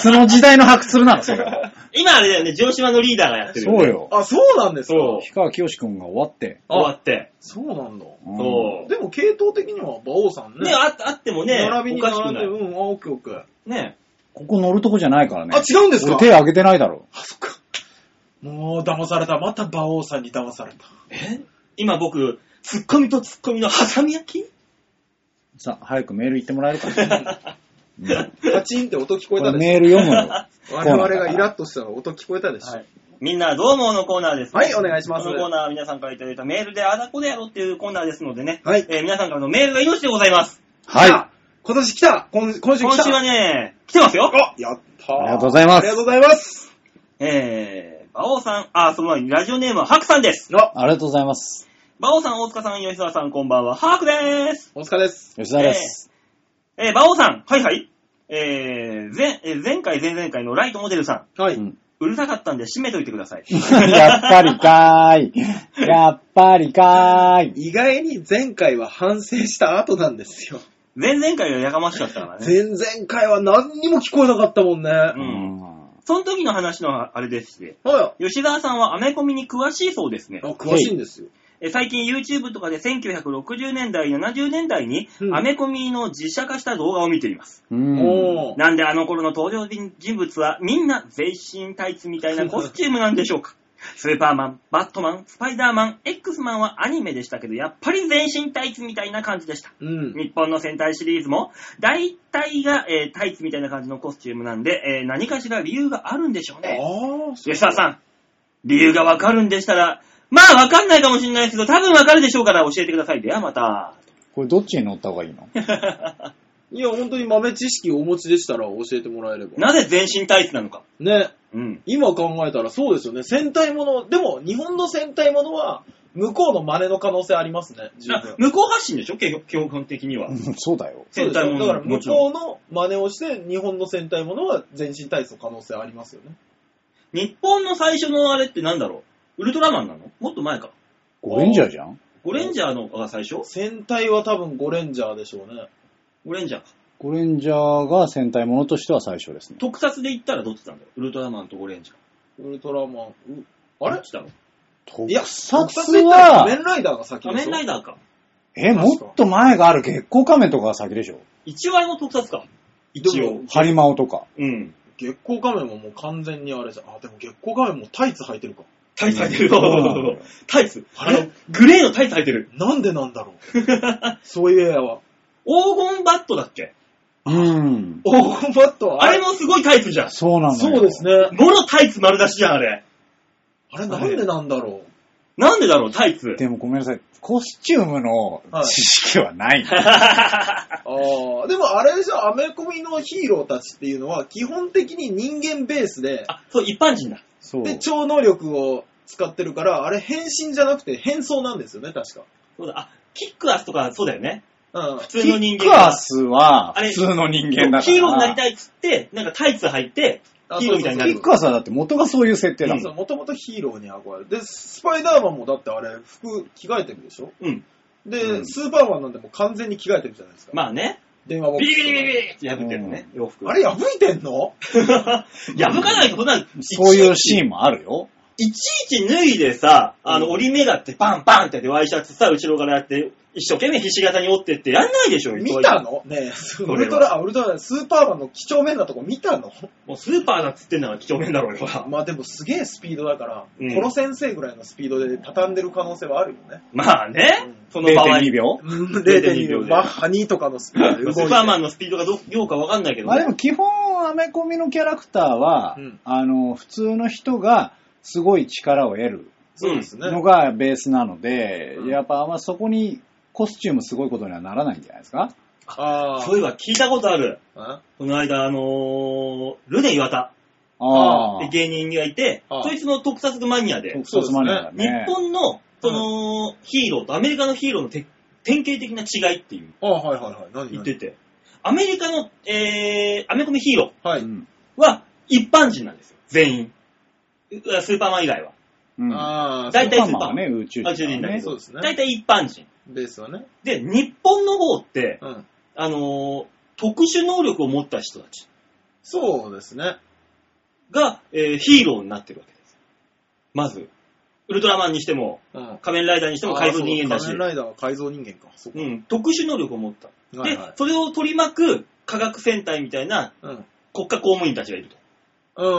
つの時代の白鶴なのそれは。今あれだよね、城島のリーダーがやってる、ね。そう。よ。 あ、そうなんですかそう氷川きよしくんが終わって。終わって。そうなんだ。うんそう。でも、系統的には馬王さんね。ね、ああってもね、並びおにかしく並んなで、い。うん、あ、オッケーオッケー。ね。ここ乗るとこじゃないからね。あ、違うんですか俺手挙げてないだろ。もう、騙された。また馬王さんに騙された。え今僕、ツッコミとツッコミのハサミ焼きさあ、早くメール行ってもらえるかな。うんパチンって音聞ここえたれでしメール読むの。ょ。我々がイラッとしたら音聞こえたでしょ。はいみんなどうものコーナーです。はいお願いしますこのコーナーは皆さんからいただいたメールであだこでやろうっていうコーナーですのでね。はいえー皆さんからのメールが命でございます。はい。あ。今年来た今今週今来た週はね、来てますよ。あ、やったーありがとうございまあすりがとうございます。えー、馬王さん、あ、その前にラジオネームはハクさんです。あ、ありがとうございます。馬王さん、大塚さん、吉沢さん、こんばんは。ハクでーす。お疲れです。吉田です。えー、馬王さん、はいはい。えー、前、えー前回、前々回のライトモデルさん、はい。うんうるさかったんで閉めといてください。 やっぱりかーい。やっぱりかーい。意外に前回は反省した後なんですよ。前々回がやかましかったからね。前々回は何にも聞こえなかったもんね。う。うんん。その時の話のあれでして、は吉沢さんはアメコミに詳しいそうですねい。。あ、詳しいんですよ。え最近 YouTube とかで1960年代、70年代にうんアメコミの実写化した動画を見ています。うん。おー。なんであの頃の登場人物はみんな全身タイツみたいなコスチュームなんでしょうかスーパーマン、バットマン、スパイダーマン、X マンはアニメでしたけど、やっぱり全身タイツみたいな感じでした。うん。日本の戦隊シリーズも、大体が、えータイツみたいな感じのコスチュームなんで、えー何かしら理由があるんでしょうあね。ー、そう吉沢さん、理由がわかるんでしたら、まあわかんないかもしれないですけど、多分わかるでしょうから教えてください。ではまた。これどっちに乗った方がいいのいや、本当に豆知識をお持ちでしたら教えてもらえれば。なぜ全身タイツなのか。ね。うん。今考えたらそうですよね。戦隊もの、でも日本の戦隊ものは向こうの真似の可能性ありますね。十分。向こう発信でしょ基基本的には。うん そうだよ。そう戦です隊よもだからのも向ちろん。こうの真似をして日本の戦隊ものは全身体操可能性ありますよね。日本の最初のあれってなんだろうウルトラマンなのもっと前か。ゴレンジャーじゃんゴレンジャーのが最初戦隊は多分ゴレンジャーでしょうね。ゴレンジャーか。ゴレンジャーが戦隊ものとしては最初ですね。特撮で言ったらどっちなんだよウルトラマンとゴレンジャー。ウルトラマン、うあどれっちだろう特いや、特撮撮で言ったら仮は、面ライダーが先仮でしょ面ライダーか。え、もっと前がある月光仮面とかが先でしょ一割も特撮か。一応。ハリマオとか。うん。月光仮面ももう完全にあれじゃん。あ、でも月光仮面もタイツ履いてるか。タイツ履いてる。そうそうそうそうタイツ。あれあのグレーのタイツ履いてる。なんでなんだろう。 そういうエアは。黄金バットだっけうん。黄金バットはあれもすごいタイツじゃん。そうなのよ。そうですね。。もろタイツ丸出しじゃん、あれ。あれなんでなんだろう。なんでだろう、タイツ。でもごめんなさい。コスチュームの知識はない。ああ、でもあれでしょ、アメコミのヒーローたちっていうのは基本的に人間ベースで、あ、 そう、一般人だ。そう。で、超能力を使ってるから、あれ変身じゃなくて変装なんですよね、確か。そうだ。あ、キックアスとかそうだよね。うん。普通の人間キックアスは普通の人間だから。ヒーローになりたいっつって、なんかタイツ履いて、あヒーローみたいになキるッ。クアスはだって元がそういう設定だもん。そう、もともとヒーローに憧れる。で、スパイダーマンもだってあれ、服着替えてるでしょうん。で、うんスーパーマンなんてもう完全に着替えてるじゃないですか。まあね。電話ボックビスリとビかリビリビリって破ってるのね、洋服。あれ破いてんの 破かないと、そんなん、そういうシーン。ンもあるよ。いちいち脱いでさ、あうの、ん折り目があって、バンバンってやって、ワイシャツさ、後ろからやって、一生懸命ひし形に折ってって、やんないでしょ、見たののねえ、はウルトラ、あウルトラ、スーパーマンの貴重面なとこ見たのもうスーパーだっつってんだから、貴重面だろうよ。ほらまあでもすげえスピードだから、うんこの先生ぐらいのスピードで畳んでる可能性はあるよ ね。まあねうん、その場合。 0.2秒。 0.2秒でバッハ2とかのスピードで動いスて。ーパーマンのスピードがどどうかわかんないけどまあでね。も基本、アメコミのキャラクターは、うんあの、普通の人がすごい力を得るそうですね。のがベースなので、うんやっぱあんまそこにコスチュームすごいことにはならないんじゃないですかあそういえば聞いたことある。あ。この間、あのー、ルネ岩田ああって。芸人がいて、ああそいつの特撮マニアで、特撮マニアだ日ね。本の、その、ヒーローとアメリカのヒーローのて典型的な違いっていう、ああ、はいはいはい。何言ってて、アメリカの、えー、アメコミヒーロはうい。んーは一般人なんですよ、全員。うわスーパーマン以外は。うんああ、大体スーパーマンはね、宇宙人だ宇宙人だねけそどうですね。大体一般人。ですよね。で、日本の方って、うん。あのー特殊能力を持った人たちそうですね。が、えーヒーローになってるわけです。まず、ウルトラマンにしても、うん。仮面ライダーにしても改造人間だああそうし、仮面ライダーは改造人間か。そっか。うん、特殊能力を持った。はいではい、。それを取り巻く科学戦隊みたいなうん。うん国家公務員たちがいると。うんう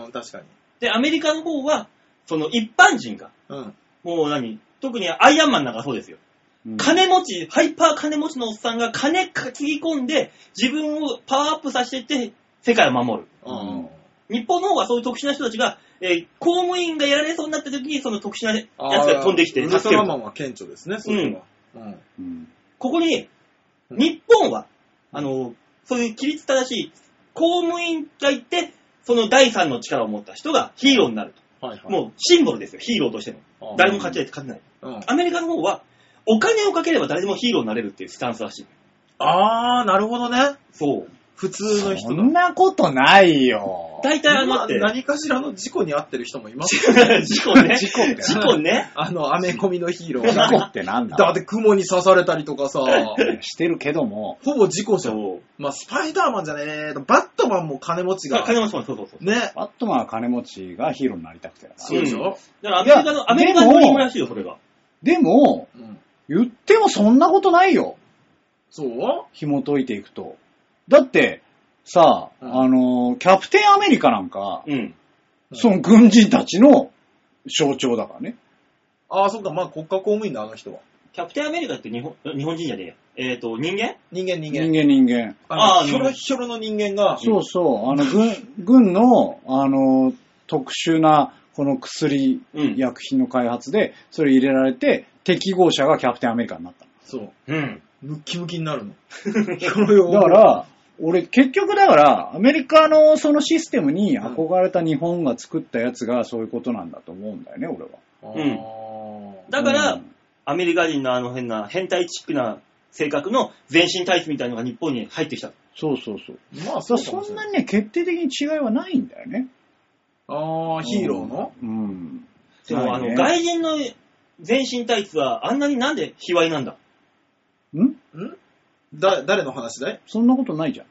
んうん。確かに。で、アメリカの方は、その一般人が、うん。もう何特にアイアンマンなんかそうですよ。うん金持ち、ハイパー金持ちのおっさんが金かつぎ込んで、自分をパワーアップさせていって、世界を守る。うん日本の方はそういう特殊な人たちが、えー公務員がやられそうになった時に、その特殊なやつああが飛んできてウル助トけるラ。マンは顕著ですね、それは。うん。うんここに、うん日本は、あの、そういう規律正しい公務員がいて、その第三の力を持った人がヒーローになると。はいはい。もうシンボルですよ、ヒーローとしての。うん誰も勝ち勝てない。うん。アメリカの方は、お金をかければ誰でもヒーローになれるっていうスタンスらしい。ああ、なるほどね。そう。普通のそ人だ。んなことないよ。大体あのまだあって、何かしらの事故に遭ってる人もいますよ。 事故ね。事故って事故ね。あの、アメコミのヒーロー 事故が。ってなんだだって雲に刺されたりとかさ、してるけども、ほぼ事故じゃん。そう。まあ、スパイダーマンじゃねえと、バットマンも金持ちが。金持ちもそうそうそう。ね。バットマンは金持ちがヒーローになりたくてだからそうでしょ、だからアメリカいの、やアメリカのでドもリームらしいよ、それが。でも、うん言ってもそんなことないよ。そう紐解いていくと。だって、さあ、うんあのー、キャプテンアメリカなんか、うん。うんその軍人たちの象徴だからね。ああ、そっか、まあ国家公務員だ、あの人は。キャプテンアメリカって日本、日本人じゃねえや。えっ、と、人間人間、人人間。間人間。ああーの、ひょろひょろの人間が、そうそう、あ の、軍、軍の、あのー、特殊な、この薬、うん薬品の開発で、それ入れられて、適合者がキャプテンアメリカになった。そう。うん。ムッキムキになるの。それをだか、ら、俺結局だから、アメリカのそのシステムに憧れた日本が作ったやつがそういうことなんだと思うんだよね、俺は。うんあだから、うんアメリカ人のあの変な、変態チックな性格の全身タイツみたいのが日本に入ってきた。そうそうそう。ーまあ、そそうかもしれんなない。にね、決定的に違いはないんだよね。ああ、ヒーローのうん。でも、あなの、いね外人の全身タイツはあんなになんで卑猥なんだんだ、誰の話だいそんなことないじゃん。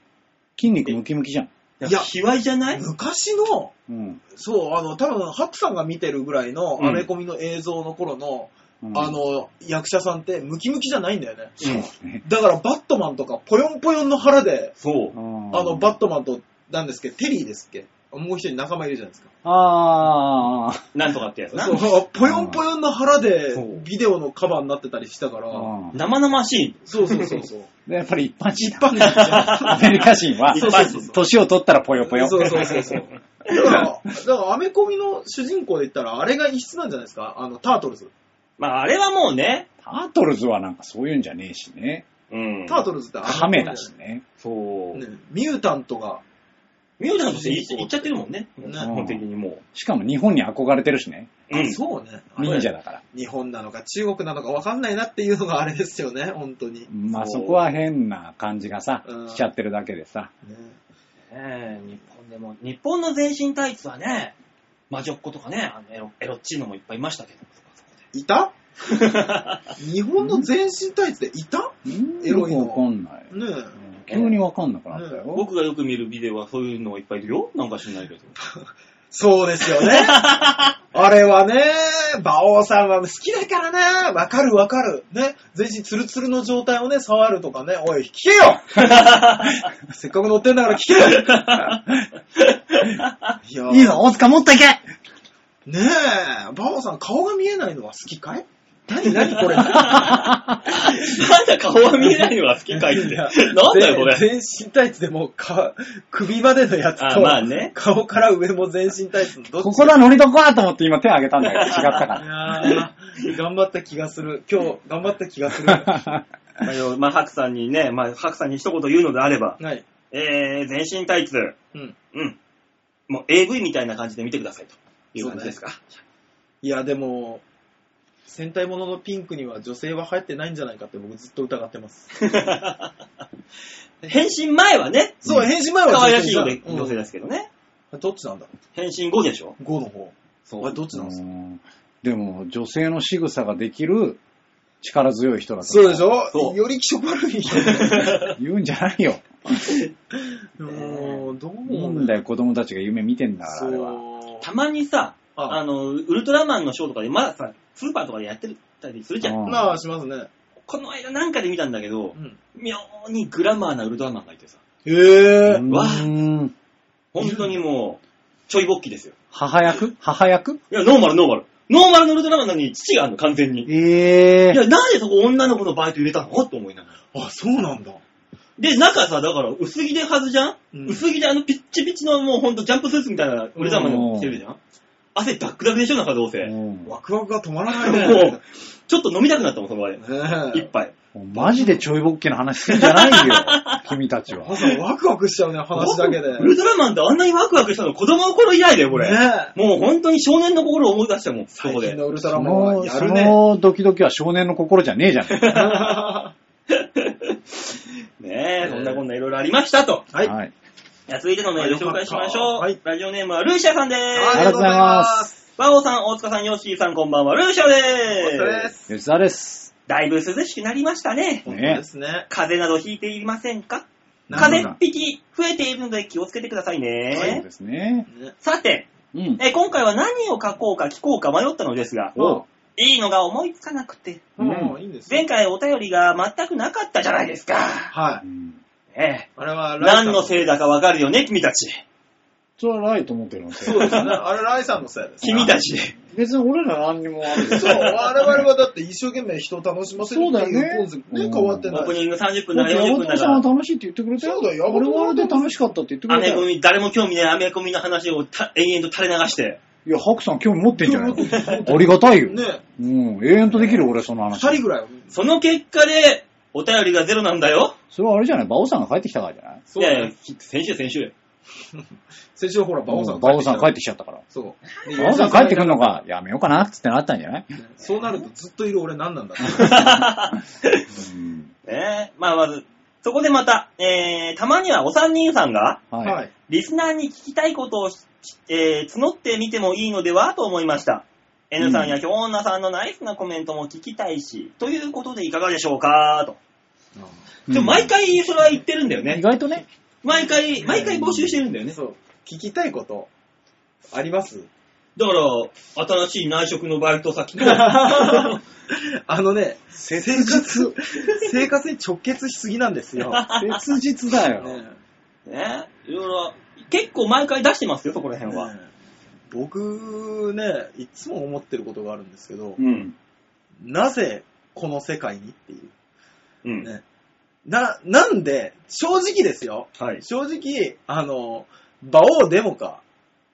筋肉ムキムキじゃん。やいや、卑猥じゃない昔の、うん。そう、あの、多分、ハクさんが見てるぐらいのうんアメコミの映像の頃の、うんあ、の、役者さんってムキムキじゃないんだよね。そうね。だから、バットマンとか、ぽよんぽよんの腹で、そう。ああの、バットマンと、なんですけど、テリーですっけもう一人仲間いるじゃないですか。あーなんとかってやつな。そう、ぽよんぽよんの腹でそう、ビデオのカバーになってたりしたから、あー。生々しい。そうそうそうそう。でやっぱり一般人一般だ。人じゃ アメリカ人は、一般人年を取ったらぽよぽよ。そうそうそうそう。だから、だからアメコミの主人公で言ったら、あれが異質なんじゃないですかあの、タートルズ。まあ、あれはもうね。タートルズはなんかそういうんじゃねえしね。うんタートルズってあのカメだしね。そう。ねミュータントが、ミュージアムとして言っ言っちゃってるもんね。ね基本的にもしかも日本に憧れてるしね。う。うん。そうね。あれ忍者だから。日本なのか中国なのか分かんないなっていうのがあれですよね、本当に。ねまあそそうこは変な感じがさうん、しちゃってるだけでさ。ねえ日本でも、日本の全身タイツはね、魔女っ子とかね、あのエロ、エロっちいのもいっぱいいましたけど。いた日本の全身タイツでいたエロいのよくわかんない。ね急にわかんなくなったよ。僕がよく見るビデオはそういうのがいっぱいいるよなんか知ん ないけど。そうです よね。あれはね、馬王さんは好きだからね、わかるわかる。ね、全身ツルツルの状態をね、触るとかね、おい、聞け よせっかく乗ってんだから聞けよいやいいぞ、大塚持っていけねえ、馬王さん顔が見えないのは好きかい何何これななんだ顔は見えないのが好きかいって。なんだよこれ。全全身タイツでもうか、首までのやつあ、と、まあね。顔から上も全身タイツのどっちここだ、乗りどこだと思って今手挙げたんだけど、違ったいかやー頑張った気がする。今日、頑張った気が する。はら。まあよまあ、白さんにね、まあ、白さんに一言言うのであれば、い。えー、全身タイツ、うん。うん。もう AV みたいな感じで見てくださいという感じですか。いや、でも、戦隊もののピンクには女性は流行ってないんじゃないかって僕ずっと疑ってます。 変身前はね、そう、変身前は可愛ら女性しいじゃのんで女性ですけどね。うんどっちなんだろ変身後でしょう ?5 の方。そあれどっちなんですかうんでも、女性の仕草ができる力強い人だとそうでしそょうより気色悪い。言うんじゃないよ。もう、どういいもんだよ、子供たちが夢見てんだから、あれは。そう。たまにさ、ああ、の、ウルトラマンのショーとかで、まださ、スーパーとかでやってたりするじゃん。うんまあ、しますね。この間なんかで見たんだけどう、ん。妙にグラマーなウルトラマンがいてさ、へうぇーん本当にもう、ちょいぼっきですよ。母役母役いや、ノーマル、ノーマル。ノーマルのウルトラマンなのに父があるの、完全に。いええや、なんでそこ女の子のバイト入れたのと思いながら。あ、そうなんだ。で、中さ、だから薄着ではずじゃん、うん薄着であのピッチピチのもうほんとジャンプスーツみたいなウルトラマンの着てるじゃん汗ダックダクでしょ、中どうせ。もうんワクワクが止まらなういね。、ちょっと飲みたくなったもん、その場で。一ねえ。杯。マジでちょいぼっけの話するんじ ゃないよ、君たちは。朝ワクワクしちゃうね、話だけ で。ウルトラマンってあんなにワクワクしたの子供の頃以来だよ、これ。ねえ。もう本当に少年の心を思い出したもん、そ最こ近で。のウルトラそマンはの、やそるね。のドキドキは少年の心じゃねえじゃん。は ねえ、そんなこんないろいろありましたと。い。はい。じゃあ続いてのメール紹介しましょう。はいラジオネームはルーシャさんであーりがとうございます。バオさん、大塚さん、ヨッシーさん、こんばんは。ルーシャでお疲れー。ですす。吉沢です。だいぶ涼しくなりましたね。本当ですね。風邪などひいていませんかなん風だ邪一匹増えているので気をつけてくださいそうね。ですね。ねさて、うん。え今回は何を書こうか聞こうか迷ったのですが、おういいのが思いつかなくて、もういいんですよ前回お便りが全くなかったじゃないですか。はうい。んねあれはえ、ライさん何のせいだかわかるよね、君たち。それはライト思ってるんですそうよ。ですね。あれライさんのせいですね。君たち。別に俺ら何にもあるそう、我々はだって一生懸命人を楽しませるっていうコンセプトそうだね、よね変わってオなープい。ニング30分だだっから40分て山だ本かさんはら。楽しいって言ってくれたよ。そうだよ山俺本ははあれで楽しかったって言ってくアれたメコよ。ミ、誰も興味ないアメコミの話をた延々と垂れ流して。いや、ハクさん興味持ってんじゃない興味持ってのありがたいよ。ね、うん、永遠とできる俺、その二話。人ぐらいは。その結果で、お便りがゼロなんだよ。それはあれじゃない馬王さんが帰ってきたからじゃないいやいや、先週先週よ。先週ほら、バオさん帰っ馬王てきたさん帰ってきちゃったから。そう。馬王さん帰ってくるのか、やめようかなっつってなったんじゃないそうなるとずっといる俺何なんだうん。ねえ、まあまず、そこでまた、えー、たまにはお三人さんが、はい。い。リスナーに聞きたいことをし、えー募ってみてもいいのではと思いました。N さんやひょうなさんのナイスなコメントも聞きたいし、ということでいかがでしょうかと。でも毎回それは言ってるんだよ意ね。外とね、毎回、毎回募集してるんだよね。そう。聞きたいこと、ありますだから、新しい内職のバイト先 の あのね、切生活、生活に直結しすぎなんです よ。切実 だよ。ねね、いろいろ、結構毎回出してますよ、そこら辺は。ね僕ね、いつも思ってることがあるんですけど、うん。なぜこの世界にっていう。うん。ねな、なんで、正直ですよ。はい。正直、あの、馬王デモか。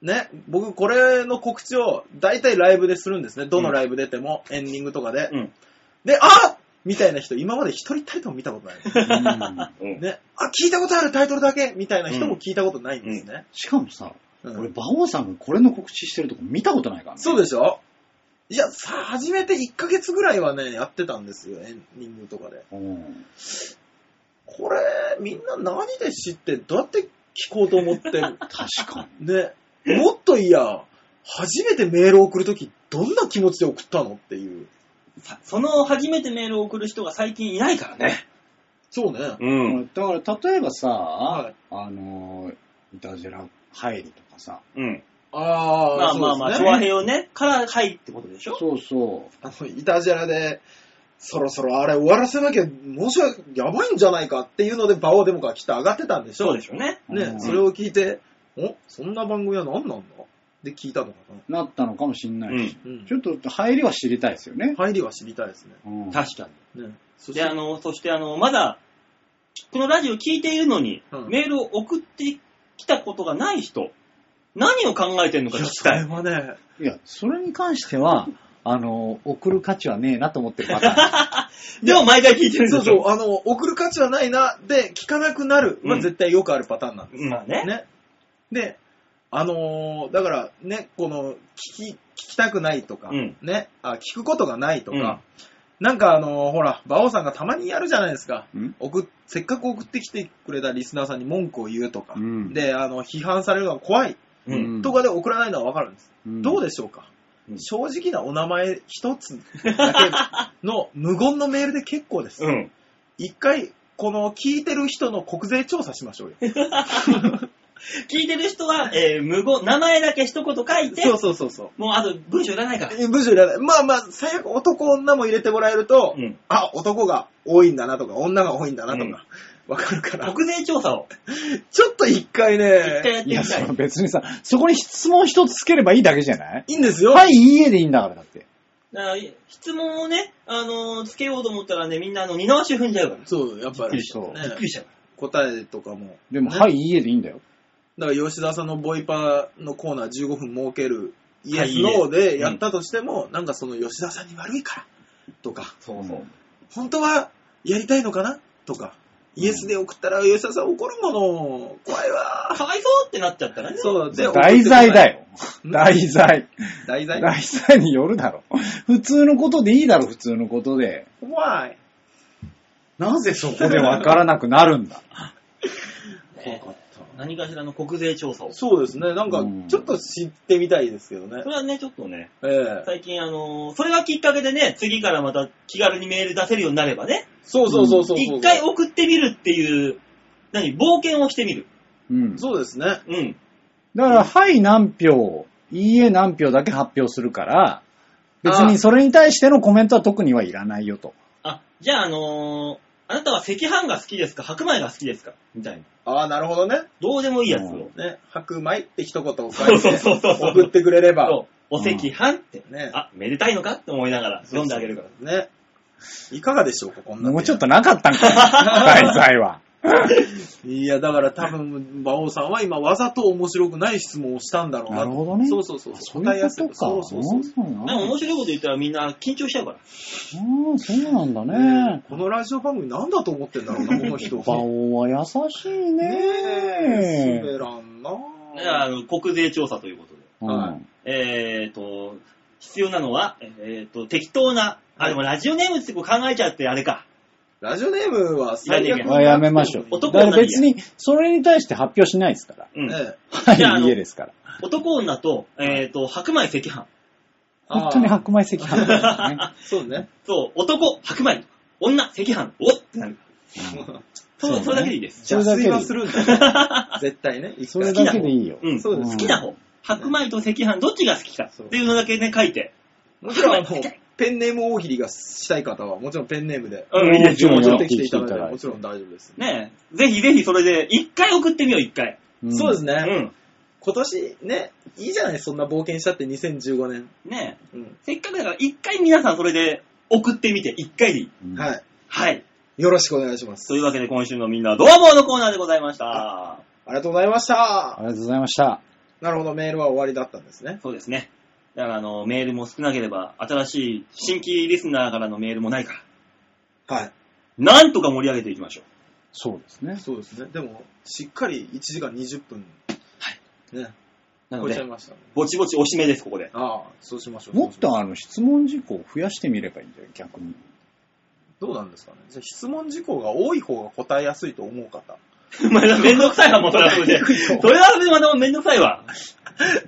ね、僕これの告知を大体ライブでするんですね。どのライブ出ても、エンディングとかで。うん。で、あみたいな人、今まで一人たりとも見たことない。うんうんね、あ、聞いたことあるタイトルだけみたいな人も聞いたことないんですね。しかもさ、うん俺、馬王さんがこれの告知してるとこ見たことないからね。そうでしょいや、さ、初めて1ヶ月ぐらいはね、やってたんですよ、エンディングとかで。うんこれ、みんな何で知って、どうやって聞こうと思って る確かね、もっといや、初めてメール送るとき、どんな気持ちで送ったのっていう。さその初めてメールを送る人が最近いないからね。そうね。うに。ん。だから、例えばさ、はいあのー、イタジェラ入りとかさ、うん。あー、まあまあまあ、そうです調和ね。平をね、から入ってことでしょそうそあ の、イタジェラで、そろそろあれ終わらせなきゃ、もし訳やばいんじゃないかっていうので、バオデモが来て上がってたんでしょそうでしょうね。う。うねん、それを聞いて、おそんな番組は何なんだって聞いたのかな。なったのかもしんないし、うんちょっと入りは知りたいですよね。入りは知りたいですね。うん確かねそしてに。で、あの、そしてあの、まだ、このラジオ聞いているのに、うんメールを送ってきたことがない人、何を考えてるのかい聞やきそたれい。はね、いや、それに関しては、あの、送る価値はねえなと思ってるパタでも毎回聞いてるんそうでしそう、ょあの、送る価値はないな、で、聞かなくなる、まうあ、ん絶対よくあるパターンなんです。まあね。ね。で、あのーだからね、この、聞き、聞きたくないとか、うんね、あ、聞くことがないとうんか、なんかあのーほら、馬王さんがたまにやるじゃないですか。ーン。送っせっかく送ってきてくれたリスナーさんに文句を言うとか、うんで、あの、批判されるのは怖い。うん。とかで送らないのはわかるんです。どうででしょうか、うん正直なお名前一つだけの無言のメールで結構です。うん。一回、この聞いてる人の国税調査しましょうよ。聞いてる人は、えー、無言、名前だけ一言書いて、そうそうそうそう。もうあと文章いらない から。部署いらない。まあまあ、最悪男女も入れてもらえると、うんあ、男が多いんだなとか、女が多いんだなとか、わ、かるから、国税調査をちょっと一回一回やね、っていみたや、い。その別にさ、そこに質問一つつければいいだけじゃないいいんですよ。はい、いいえでいいんだから、だって。だから質問をね、あのーつけようと思ったらね、みんなあの、二の足踏んじゃうから。びそう、やっぱり、そうねっくりしちゃう。答えとかも。でも、ねはい、いいえでいいんだよ。だから吉田さんのボイパーのコーナー15分設けるイはエいスノーでやったとしても、なんかその吉田さんに悪いからとか、そうそう。本当はやりたいのかなとか、イエスで送ったら吉田さん怒るもの、怖いわ。かわい そうってなっちゃったらね。そう、で、題材だよ。うん題材。題材。題材によるだろ。普通のことでいいだろ、普通のことで。怖い。なぜそこでわからなくなるん だ。ね何かしらの国税調査を。そそうですね、なんかうんちょっと知ってみたいですけどね。れはね、ちょっとね、ええ最近あのーそれがきっかけでね、次からまた気軽にメール出せるようになればね、そうそうそうそうそう。一回送ってみるっていう、何、冒険をしてみる。うん。そうですね。うん。だから、はい何票、いいえ何票だけ発表するから、別にそれに対してのコメントは特にはいらないよと。あ、じゃああのーあなたは赤飯が好きですか白米が好きですかみたいな。ああ、なるほどね。どうでもいいやつうを。ね、白米って一言をそ書ういそうてそうそうそう送ってくれれば。そうお赤飯って、ねあ、めでたいのかって思いながら読んであげるから。ね。いかがでしょうか、こんな。 もうちょっと。なかったんかい、題材は。いや、だから多分、馬王さんは今、わざと面白くない質問をしたんだろうな。なるほどねそうそうそう。そういうことか。そうそうそう。うんなんか面白いこと言ったらみんな緊張しちゃうから。うん、そうなんだね。このラジオ番組なんだと思ってんだろうな、この人。馬王は優しいね。滑らんなだからあの国税調査ということで。うんえーと、必要なのは、えーと、適当な、あ、でもラジオネームってこう考えちゃってあれか。ラジオネームは最悪あやめましょう。だ男かは何ら別に、それに対して発表しないですから。うん。ええはいやあのい、家ですから。男女と、えーと、白米赤飯。あー本当に白米赤飯だよね。 そうね。そう、男、白米。女、赤飯。おってなる。そう、それだけでいいです。それだけ邪推はでするんだよ。絶対ね。それだけでいいよ。うん。そうです好きな方。白米と赤飯、どっちが好きかっていうのだけね、書いて。もちろん、あの、ペンネーム大喜利がしたい方は、もちろんペンネームでうん、いいですよ、ももちちろろんん。送ってきていただいてももちろん大丈夫です。ねえぜひぜひそれで、一回送ってみよう、一回。うんそうですうね。ん。今年ね、いいじゃない、そんな冒険したって2015年。ねえうん。せっかくだから、一回皆さんそれで送ってみて、一回でいい。うんはい。はい。よろしくお願いします。というわけで、今週のみんなどうものコーナーでございました。ありがとうございましあた。りがとうございました。なるほど、メールは終わりだったんですね。そうですね。だから、あの、メールも少なければ、新しい新規リスナーからのメールもないから、はい。なんとか盛り上げていきましょう。そうですね。そうですね。でも、しっかり1時間20分。はい。ね、なの超えちゃいで、ましたね。ぼちぼちおしめです、ここで。ああ、そうしましょう。もそっうしましょとあの、質問事項を増やしてみればいいんだよ、逆に。うどうなんですかね。じゃあ質問事項が多い方が答えやすいと思う方。 まあめんどくさいわ、もうそれはそれで。それはそれでまためんどくさいわ。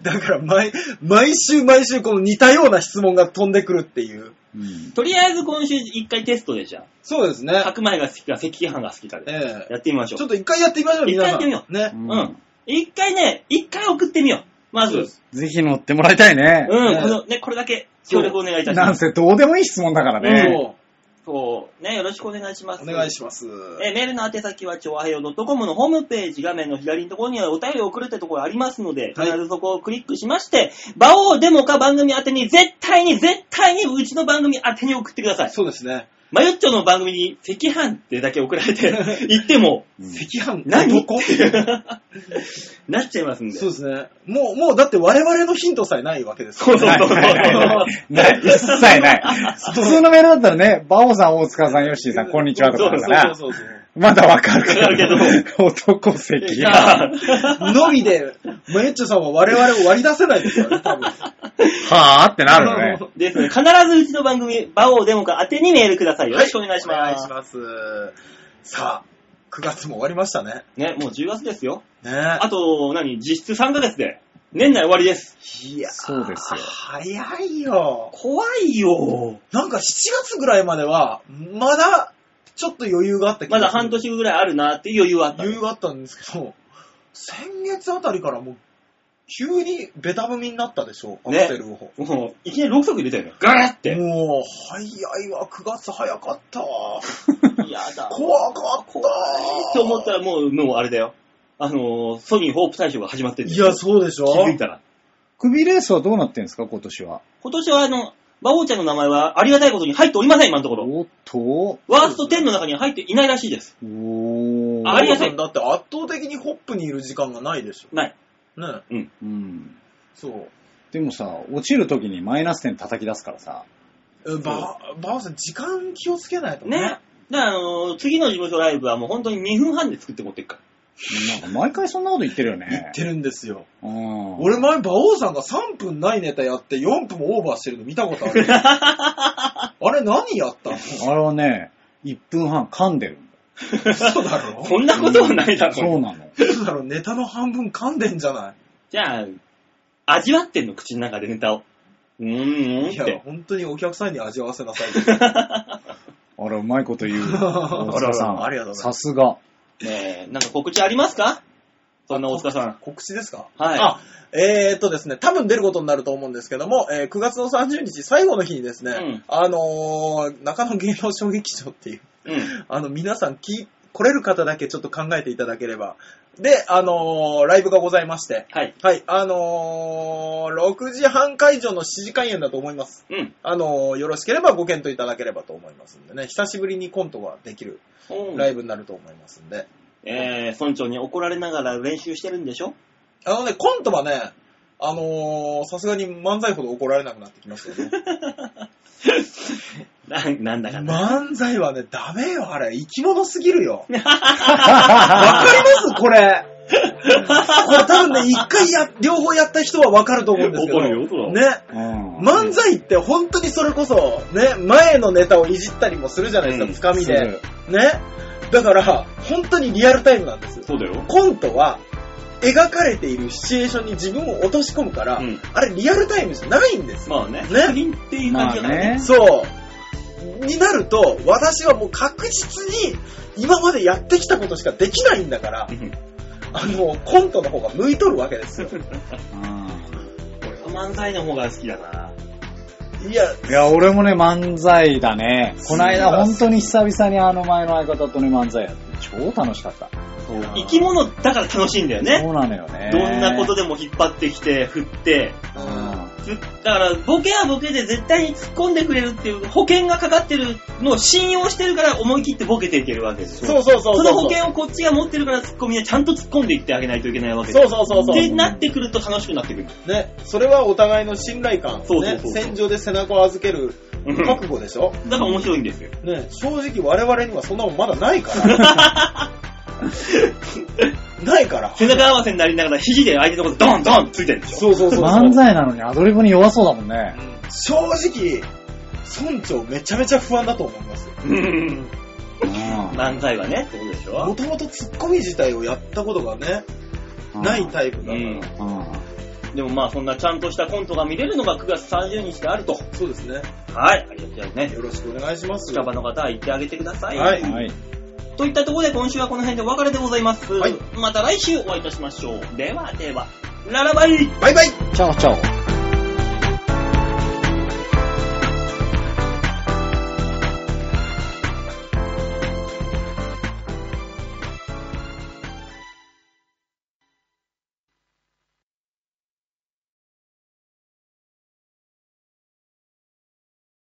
だから、毎、毎週毎週この似たような質問が飛んでくるっていう。うん。とりあえず今週一回テストでじゃそうですあ、ね。白米が好きか赤飯が好きかで、ええやってみましょちょうっ。と一回やってみましょう、一皆回さん。やってみよね。ううん。一回ね、一回送ってみよう。まず、そううんで、ぜひ乗ってもらいたいね。ねこの、ね、これだけ協力お願いいたしなまんす。せどうでもいい質問だからね。そそう、ね、よろしくお願いします。う。お願いします。えーメールの宛先は、ちょわへよ .com のホームページ画面の左のところにはお便りを送るってところありますので、はい必ずそこをクリックしまして、場をデモか番組宛てに絶対に絶対にうちの番組宛てに送ってください。そうですね。マヨッチョの番組に赤飯ってだけ送ら れて行っても、うん赤飯何 男なっちゃいますんで。そうですね。もう、もうだって我々のヒントさえないわけですかそらうそうそうそうない、一切ない。普通のメールだったらね、バオさん、大塚さん、ヨッシーさん、こんにちはとかだから、そうそうそうそうまだわかるけどわかる、男石いが、やのみで、マユッチョさんは我々を割り出せないですよね、多分。はぁーってなるよね。ですね、必ずうちの番組、場をデモか宛てにメールください。よろしくお願いしお願まいす。します。さあ、9月も終わりましたね。ね、もう10月ですよ。ねあと、何実質3ヶ月で、年内終わりです。いやーそうですよ早いよ。怖いよなんか7月ぐらいまでは、まだ、ちょっと余裕があった気がまするだ半年ぐらいあるなっていう余裕はあった。余裕があったんですけど、先月あたりからもう、急にベタ踏みになったでしょ、アクねセルを。もう、いきなり6足入れたよね。ガーって。もう、早いわ、9月早かった。やだ。怖かった。って思ったらもう、もうあれだよ。あのー、ソニーホープ大賞が始まってるんいだよや、そうでしょ気づいたら。首レースはどうなってんですか、今年は。今年はあの、馬王ちゃんの名前はありがたいことに入っておりません、今のところ。おっと、ワースト10の中には入っていないらしいです。おー。ありがさたいんだって圧倒的にホップにいる時間がないでしない。ょ。ね。うん。そう。でもさ、落ちるときにマイナス点叩き出すからさ、えば、ばあさん、時間気をつけないとね。だか。らあのー、次の事務所ライブはもう本当に2分半で作って持っていくから。なんか毎回そんなこと言ってるよね。言ってるんですよ。うん。俺前、馬王さんが3分ないネタやって4分オーバーしてるの見たことあ る。あれ何やったのあれはね、1分半噛んでるんだ。嘘だ ろこんなことはないだろ。そうなの。嘘だろネタの半分噛んでんじゃなじゃあ、味わってんの、口の中でネタを。うーん、うーんいっいやて、。本当にお客さんに味わわせなさい。あれ、うまいこ と言う。大塚さん。ありがとうございますさすが。ねえ、なんか告知ありますかそんな大塚さん。告知ですかはいあ、えー、っとですね、多分出ることになると思うんですけども、えー9月の30日最後の日にですね、うんあのー、中野芸能小劇場っていう、うん。あの、皆さんき来れる方だけちょっと考えていただければ。で、あのー、ライブがございまして、はい。はい、あのー、6時半会場の7時開演だと思います。うん。あのー、よろしければご検討いただければと思いますんでね、久しぶりにコントができるおうライブになると思いますんで、えー、村長に怒られながら練習してるんでしょ あのね、コントはね、あのー、さすがに漫才ほど怒られなくなってきましたよね。ななんだかな。漫才はね、ダメよ、あれ。生き物すぎるよ。わかりますこれ。これ多分ね、一回や、両方やった人はわかると思うんですけど。わかるよそらね。うん漫才って本当にそれこそ、ね、前のネタをいじったりもするじゃないですか、うんつかみでする。ね。だから、本当にリアルタイムなんです。そうだよ。コントは、描かれているシチュエーションに自分を落とし込むから、うんあれリアルタイムじゃないんですよ。まあね。ね作品っていう感じだからね。そう。になると、私はもう確実に、今までやってきたことしかできないんだから、あの、コントの方が向いとるわけです よ。うん俺は漫才の方が好きだな。いや、いや、俺もね、漫才だね。このす間、ごい本当に久々にあの前の相方とね、漫才やって、超楽しかった。生き物だから楽しいんだよねそ。うなのよね。どんなことで。でも引っ張ってきて、振って。つだから、ボケはボケで絶対に突っ込んでくれるっていう保険がかかってるのを信用してるから思い切ってボケていけるわけですよ。そうそうそうそう。その保険をこっちが持ってるから突っ込みはちゃんと突っ込んでいってあげないといけないわけでそすうそうそうそうってなってくると楽しくなってくる。ね、それはお互いの信頼感、そうそうそうね、戦場で背中を預けるうん覚悟でしょ、だから面白いんですよ。ね、正直我々にはそんなもんまだないから。 ないから。背中合わせになりながら肘で相手のことドンドンついてるでしょ。そうそうそうそう。漫才なのにアドリブに弱そうだもんね。正直、村長めちゃめちゃ不安だと思います。うんうん漫才はね、ってことでしもょ。ともとツッコミ自体をやったことがね、ないタイプだから。うんうんでもまあそんなちゃんとしたコントが見れるのが9月30日であると。そうですね。はい、ありがとうございますね。よろしくお願いします。近場の方は行ってあげてください。はいはい。といったところで今週はこの辺でお別れでございます。はいまた来週お会いいたしましょう。ではでは、ララバイバイバイチャオチャオ。